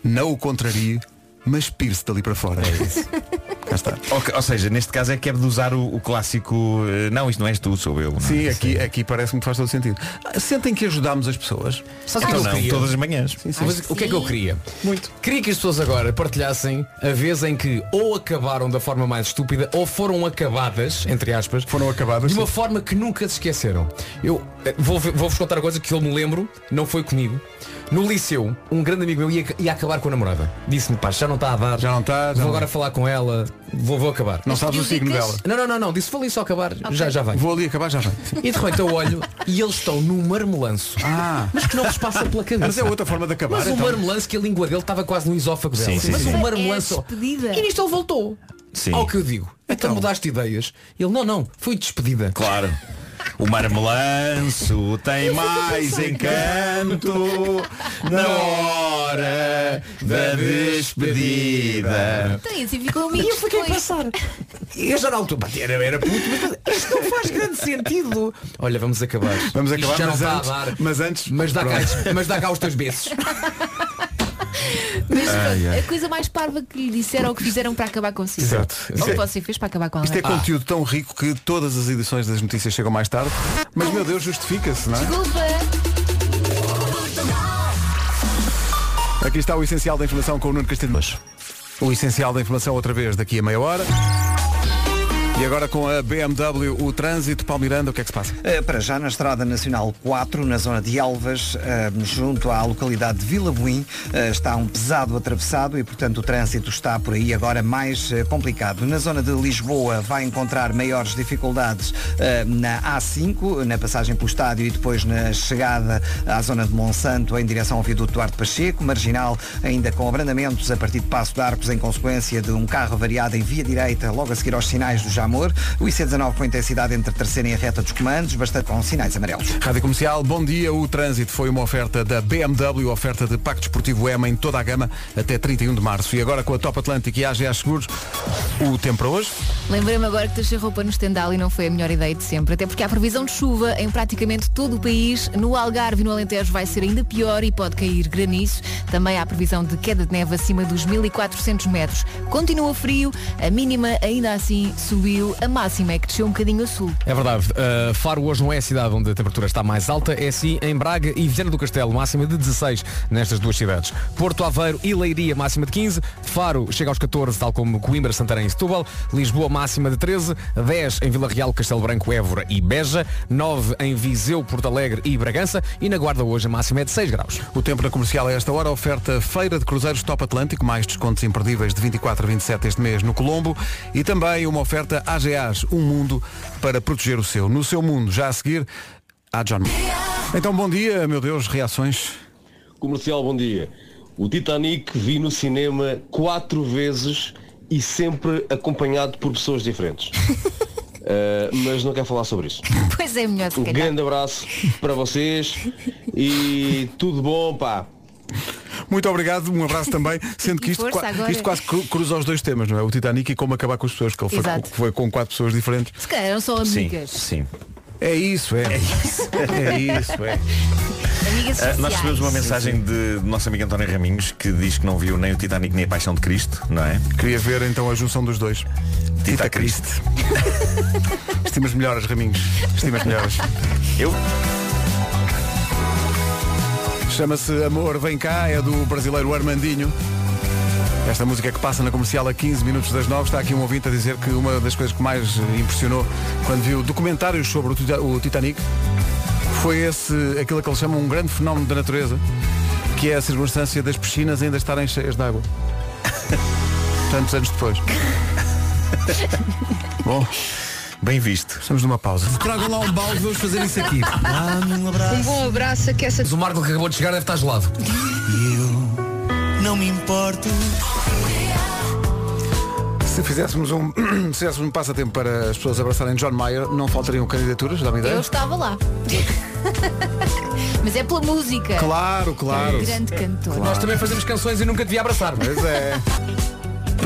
S1: não o contrarie, mas pire-se dali para fora. É isso. Cá está.
S11: Ou, que- ou seja, neste caso é que é de usar o, o clássico. ah, Não, isto não és tu, sou eu. não é?
S1: Sim, aqui, aqui parece-me que faz todo sentido. Ah, Sentem que ajudámos as pessoas?
S5: Sabe o que é que
S11: Então
S5: eu
S11: não,
S5: queria?
S11: todas as manhãs.
S5: Mas o que é que eu
S3: Sim.
S5: queria? Muito. Queria que as pessoas agora partilhassem a vez em que ou acabaram da forma mais estúpida ou foram acabadas, entre aspas,
S1: Foram acabadas,
S5: de uma
S1: sim.
S5: forma que nunca se esqueceram. Eu eh, vou- vou-vos contar uma coisa que eu me lembro, não foi comigo. No liceu, um grande amigo meu ia, ia acabar com a namorada. Disse-me, pá, já não está a dar.
S1: Já não está, já
S5: Vou
S1: não-
S5: agora falar com ela, vou, vou acabar.
S1: Não sabes o signo dela.
S5: Não, não, não, não. Disse, vou ali só acabar, já, já vai.
S1: Vou ali acabar já vem.
S5: E de repente eu olho e eles estão num marmelanço.
S1: Ah.
S5: Mas que não vos passa pela cabeça.
S1: Mas é outra forma de acabar.
S5: Mas o
S1: então.
S5: marmelanço que a língua dele estava quase no esófago dela.
S11: Sim, sim,
S5: mas
S11: sim.
S5: o
S3: É a
S5: marmelanço.
S3: despedida.
S5: e nisto ele voltou.
S11: Sim.
S5: Ao que eu digo. Então, mudaste de ideias. Ele, não, não, foi despedida.
S11: Claro. O marmelanço tem mais encanto na hora da despedida.
S3: Então, e assim ficou
S1: é
S3: amigos. E eu
S5: Fiquei a pensar. Eu já na altura pá, era, era puto, mas isto não faz grande sentido. Olha, vamos acabar.
S1: Vamos
S5: Isto
S1: acabar,
S5: já não
S1: mas
S5: está
S1: antes-
S5: a dar.
S1: mas antes-
S5: Mas dá, cá, mas dá cá os teus beijos.
S3: Mas pronto, a coisa mais parva que lhe disseram ou que fizeram para acabar consigo.
S1: Exato.
S3: Ou que você fez para acabar com
S1: Isto é
S3: alguém.
S1: conteúdo tão rico que todas as edições das notícias chegam mais tarde. Mas meu Deus, justifica-se, não é?
S3: Desculpa.
S1: Aqui está o essencial da informação com o Nuno Castilho. Mas O essencial da informação outra vez daqui a meia hora. E agora com a BMW, o trânsito, Paulo Miranda, o que é que se passa?
S2: Eh, Para já, na Estrada Nacional 4, na zona de Alvas, eh, junto à localidade de Vila Buim, eh, está um pesado atravessado e, portanto, o trânsito está por aí agora mais eh, complicado. Na zona de Lisboa vai encontrar maiores dificuldades eh, na A5, na passagem pelo estádio e depois na chegada à zona de Monsanto em direção ao viaduto Duarte Pacheco, marginal ainda com abrandamentos a partir de Passo de Arcos em consequência de um carro variado em via direita, logo a seguir aos sinais do Jamor. O IC19 com intensidade entre a terceira e a reta dos comandos, bastante com sinais amarelos.
S1: Rádio Comercial, bom dia. O trânsito foi uma oferta da BMW, oferta de Pacto Esportivo EMA em toda a gama até 31 de março. E agora com a Top Atlântico e a AGA Seguros, o tempo para hoje.
S3: Lembrei-me agora que deixei roupa no estendal e não foi a melhor ideia de sempre, até porque há previsão de chuva em praticamente todo o país. No Algarve e no Alentejo vai ser ainda pior e pode cair granizo. Também há previsão de queda de neve acima dos 1400 metros. Continua frio, a mínima ainda assim subiu, a máxima é que desceu um bocadinho a sul.
S5: É verdade. Uh, Faro hoje não é a cidade onde a temperatura está mais alta, é sim em Braga e Viana do Castelo, máxima de 16 nestas duas cidades. Porto Aveiro e Leiria, máxima de 15. Faro chega aos 14, tal como Coimbra, Santarém e Setúbal. Lisboa, máxima de 13. 10 em Vila Real, Castelo Branco, Évora e Beja. 9 em Viseu, Porto Alegre e Bragança. E na Guarda hoje a máxima é de 6 graus.
S1: O tempo na comercial a esta hora oferta Feira de Cruzeiros Top Atlântico, mais descontos imperdíveis de 24 a 27 este mês no Colombo e também uma oferta AGAs, um mundo para proteger o seu. No seu mundo, já a seguir, à John. Então, bom dia, meu Deus, reações.
S14: Comercial, bom dia. O Titanic vi no cinema quatro vezes e sempre acompanhado por pessoas diferentes. Uh, mas não quero falar sobre isso.
S3: Pois é, melhor se
S14: Um
S3: calhar.
S14: grande abraço para vocês e tudo bom, pá.
S1: Muito obrigado, um abraço também, sendo que isto,
S3: Força
S1: qua-
S3: agora.
S1: isto quase cru- cruza os dois temas, não é? O Titanic e como acabar com as pessoas, que ele foi,
S3: Exato.
S1: com- foi com quatro pessoas diferentes.
S3: Se calhar eram só amigas.
S1: É isso, é. É isso,
S11: É isso, é.
S3: Amigas
S11: Ah,
S3: sociais.
S11: nós recebemos uma mensagem de nosso amigo António Raminhos que diz que não viu nem o Titanic nem a Paixão de Cristo, não é?
S1: Queria ver então a junção dos dois. Tita Cristo. Estimas melhoras, Raminhos. Estimas melhoras.
S11: Eu?
S1: Chama-se Amor Vem Cá, é do brasileiro Armandinho. Esta música que passa na comercial a 15 minutos das 9, está aqui um ouvinte a dizer que uma das coisas que mais eh, impressionou quando viu documentários sobre o Tita- o Titanic foi esse, aquilo que eles chamam um grande fenómeno da natureza, que é a circunstância das piscinas ainda estarem cheias de água. Tantos anos depois. Bom,
S11: bem visto.
S1: Estamos numa pausa. Tragam lá um balde, vamos fazer isso aqui.
S5: Ah,
S1: um abraço.
S15: Um bom abraço a que essa.
S5: O Marco que acabou de chegar deve estar gelado.
S15: Não me importo.
S1: Se fizéssemos um, se fizéssemos um passatempo para as pessoas abraçarem John Mayer, não faltariam candidaturas, dá-me
S3: Eu
S1: ideia?
S3: estava lá. Mas é pela música.
S1: Claro, claro.
S3: Grande cantor.
S1: Claro. Nós também
S5: Fazemos canções e nunca devia abraçar.
S1: Pois é.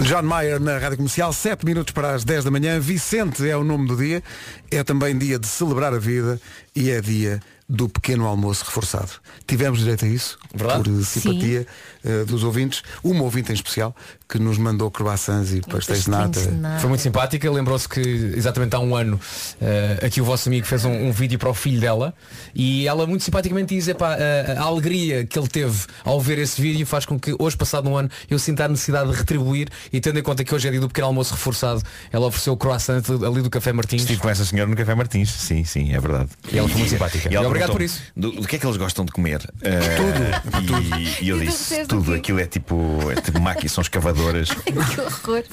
S1: John Mayer na Rádio Comercial, 7 minutos para as 10 da manhã. Vicente é o nome do dia. É também dia de celebrar a vida e é dia do pequeno almoço reforçado. Tivemos direito a isso, por eh, simpatia eh, dos ouvintes. Uma ouvinte em especial que nos mandou croissants e pastéis de nata.
S5: Foi muito simpática, lembrou-se que exatamente há um ano eh, aqui o vosso amigo fez um, um vídeo para o filho dela e ela muito simpaticamente diz, "Epá, eh, a alegria que ele teve ao ver esse vídeo faz com que hoje, passado um ano, eu sinta a necessidade de retribuir e tendo em conta que hoje é dia do pequeno almoço reforçado, ela ofereceu o croissant ali do Café Martins.
S11: Estive com essa senhora no Café Martins, sim, sim, é verdade.
S5: E ela foi muito simpática.
S11: E ela
S5: E obrigado por
S11: perguntou-me Do, do que é que eles gostam de comer? tudo. E, e eu
S3: E tu
S11: disse,
S3: disseste
S11: tudo, aquilo é tipo, é tipo máquina, são escavadoras.
S3: Que horror.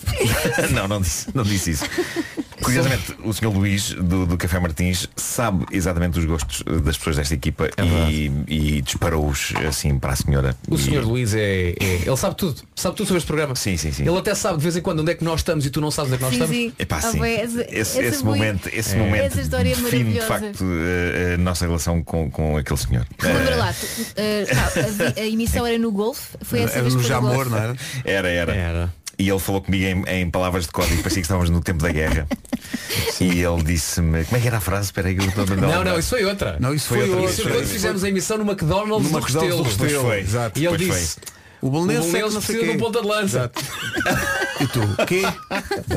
S11: não, não disse, não disse isso. Curiosamente, o Sr. Luís do, do Café Martins sabe exatamente os gostos eh, das pessoas desta equipa e, e disparou-os assim para a senhora.
S5: É O
S11: E-
S5: senhor Luís é, é- Ele sabe tudo. Sabe tudo sobre este programa. Sim, sim, sim. Ele até sabe de vez em quando onde é que nós estamos e tu não sabes onde é que nós
S3: Sim,
S5: estamos.
S3: sim. Epá, sim. Ah, bem, esse-
S11: Esse,
S3: esse
S11: esse
S3: Luís-
S11: momento, eh, esse
S3: É.
S11: momento
S3: Essa história é
S11: define, de
S3: maravilhosa.
S11: facto eh, a nossa relação com, com aquele senhor.
S3: Lembra
S11: Eh,
S3: lá, tu, eh, não, a vi- a, emissão era no Golf, foi essa vez que foi no Golf.
S11: era? Era,
S1: É.
S11: E ele falou comigo em, em palavras de código, parecia que estávamos no tempo da guerra. e ele disse-me. Como é que era a frase? Espera aí, que eu estou a lembrar
S5: Não, não,
S11: agora.
S5: isso foi outra.
S11: Não, isso foi outra.
S5: outra.
S11: Isso
S5: Foi
S11: foi-
S5: quando fizemos a emissão no McDonald's do
S11: No McDonald's
S5: Restelo.
S11: do Restelo. Pois foi, exato,
S5: E ele
S11: pois
S5: disse,
S11: foi.
S1: o Bolonense é que
S5: Bolonense
S1: não sei
S5: precisa
S1: quê.
S5: de um ponta de lança.
S1: E tu, o quê?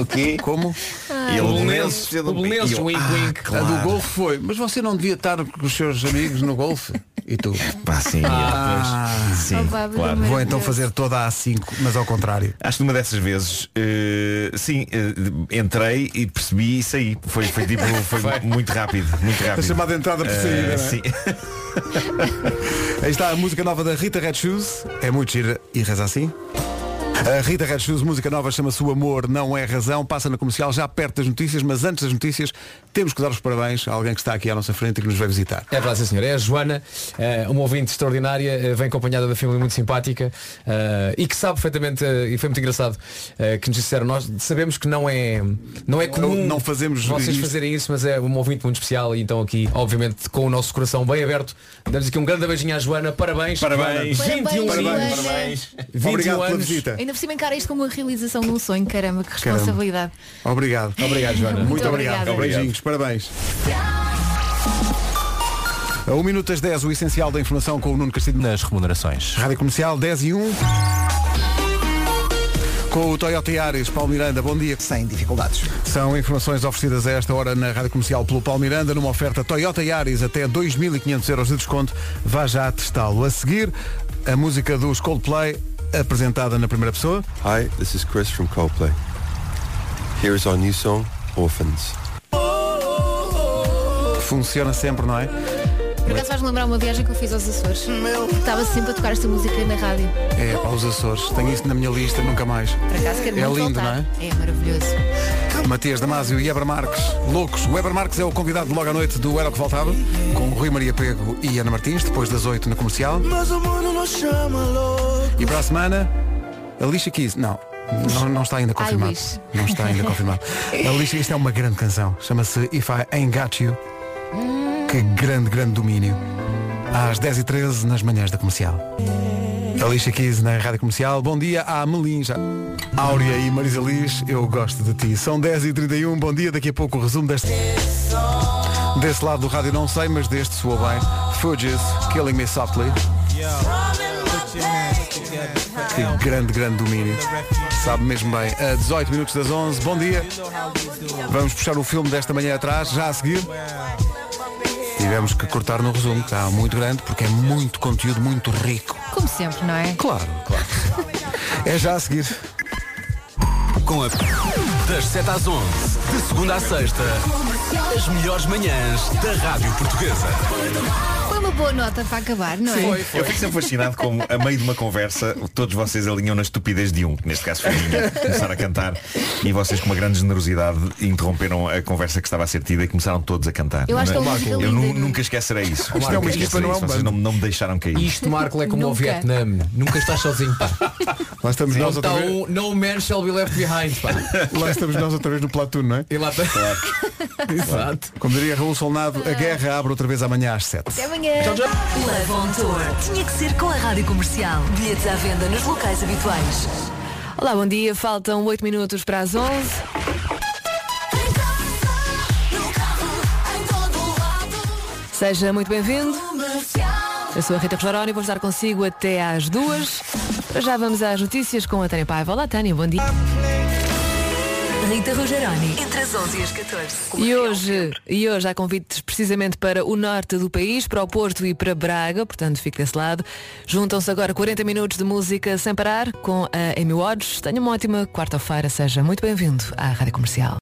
S1: O quê? Como? é
S5: Ah. E ele, o Bolonenses, precisa de um o pico. Bolonenses, E eu, wink, ah, wink.
S1: A do
S5: claro.
S1: golfe foi, mas você não devia estar com os seus amigos no golfe? E tu?
S11: Pá, sim,
S1: Ah.
S11: pois. Sim, Opa, claro.
S1: Vou então fazer toda a A5, mas ao contrário.
S11: Acho que numa dessas vezes, eh, sim, eh, entrei e percebi e saí. Foi, foi tipo, foi, muito rápido, muito rápido.
S1: A chamada entrada por
S11: Eh,
S1: saída, não é?
S11: sim.
S1: Aí está a música nova da Rita Red Shoes. É muito gira e reza assim. A Rita Red Shoes, música nova, chama-se O Amor Não É Razão, passa na comercial já perto das notícias, mas antes das notícias temos que dar os parabéns a alguém que está aqui à nossa frente e que nos vai visitar.
S5: É verdade, sim, senhor. É a Joana, eh, uma ouvinte extraordinária, eh, vem acompanhada da família muito simpática eh, e que sabe perfeitamente, eh, e foi muito engraçado, eh, que nos disseram, nós sabemos que não é, não é comum
S1: não fazemos
S5: vocês
S1: isto.
S5: fazerem isso, mas é um ouvinte muito especial e então aqui, obviamente, com o nosso coração bem aberto, damos aqui um grande beijinho à Joana. Parabéns.
S11: Parabéns.
S5: Joana. 21
S3: Parabéns,
S5: anos.
S3: Joana.
S5: 21
S1: Obrigado pela
S5: anos.
S1: visita.
S3: Ainda por cima encara isto como uma realização de um sonho, caramba, que responsabilidade.
S1: Obrigado.
S3: Obrigado, Joana.
S1: Muito,
S3: Muito
S1: obrigado.
S3: obrigada.
S1: Beijinhos, parabéns. A 1 minuto às 10, o essencial da informação com o Nuno Castilho.
S7: Nas remunerações.
S1: Rádio Comercial 10 e 1. Com o Toyota Yaris, Paulo Miranda, bom dia.
S2: Sem dificuldades.
S1: São informações oferecidas a esta hora na Rádio Comercial pelo Paulo Miranda, numa oferta Toyota Yaris até 2.500 euros de desconto. Vá já testá-lo. A seguir, a música dos Coldplay, apresentada na primeira pessoa.
S16: Hi, this is Chris from Coldplay. Here is our new song, Orphans.
S1: Funciona sempre, não é?
S17: Por acaso vais-me lembrar uma viagem que eu fiz aos Açores. Estava sempre a tocar esta música na rádio.
S1: É, para os Açores. Tenho isso na minha lista, nunca mais.
S17: Por acaso quero
S1: é
S17: muito
S1: lindo,
S17: voltar.
S1: não é?
S17: É maravilhoso.
S1: Matias Damasio e Eber Marques, loucos. O Eber Marques é o convidado de logo à noite do Era o que Voltava, com Rui Maria Pego e Ana Martins, depois das 8 na comercial.
S18: Mas o mundo não chama louco.
S1: E para a semana, a Lixa Keys. Não, não, não está ainda confirmado.
S18: wish.
S1: Não está ainda confirmado. A Lixa, isto é uma grande canção. Chama-se If I Ain't Got You. Que grande, grande domínio. Às 10h13 nas manhãs da comercial. A Lixa Keys na Rádio Comercial. Bom dia à Melim já. Áurea e Marisa Liz, eu gosto de ti. São 10h31, bom dia. Daqui a pouco o resumo deste. Desse lado do rádio não sei, mas deste soou bem. Fugees, Killing Me Softly. Que grande, grande domínio. Sabe mesmo bem. A 18 minutos das 11, bom dia. Vamos puxar o filme desta manhã atrás, já a seguir. Tivemos que cortar no resumo, que está muito grande, porque é muito conteúdo, muito rico.
S17: Como sempre, não é?
S1: Claro, claro. É já a seguir.
S19: Com a... Das 7 às 11, de segunda à sexta, as melhores manhãs da Rádio Portuguesa.
S17: Foi uma boa nota para acabar, não é?
S11: Eu fico sempre fascinado como, a meio de uma conversa, todos vocês alinham na estupidez de um, que neste caso foi a minha, começar a cantar, e vocês com uma grande generosidade interromperam a conversa que estava a ser tida e começaram todos a cantar.
S5: Eu acho que é uma
S11: Não-
S5: música
S11: eu nu-
S5: linda,
S11: nunca esquecerei isso.
S5: Isto é uma
S11: Nunca
S5: equipa,
S11: esquecerei
S5: não é
S11: isso.
S5: um
S11: Vocês
S5: bando.
S11: não, não me deixaram cair.
S5: Isto, Marco, é como o
S11: Nunca.
S5: Vietnã. Nunca estás sozinho, pá.
S1: Lá estamos nós outra
S5: então,
S1: vez.
S5: no man shall be left behind, pá.
S1: Lá estamos nós outra vez no Platoon, não é?
S5: E lá tá.
S1: Exato. Como diria Raul Solnado, a guerra abre outra vez amanhã às 7.
S12: Até amanhã. Love on Tour. Tinha que ser com a rádio comercial. Bilhetes à venda nos locais habituais.
S3: Olá, bom dia. Faltam 8 minutos para as 11. Seja muito bem-vindo. Eu sou a Rita Rogeroni e vou estar consigo até às duas. Já vamos às notícias com a Tânia Paiva. Olá, Tânia, bom dia.
S12: Rita Rogeroni. Entre as 11 e as 14.
S3: E hoje, e hoje há convites precisamente para o norte do país, para o Porto e para Braga, portanto fique desse lado. Juntam-se agora 40 minutos de música sem parar com a Amy Watts. Tenha uma ótima quarta-feira, seja muito bem-vindo à Rádio Comercial.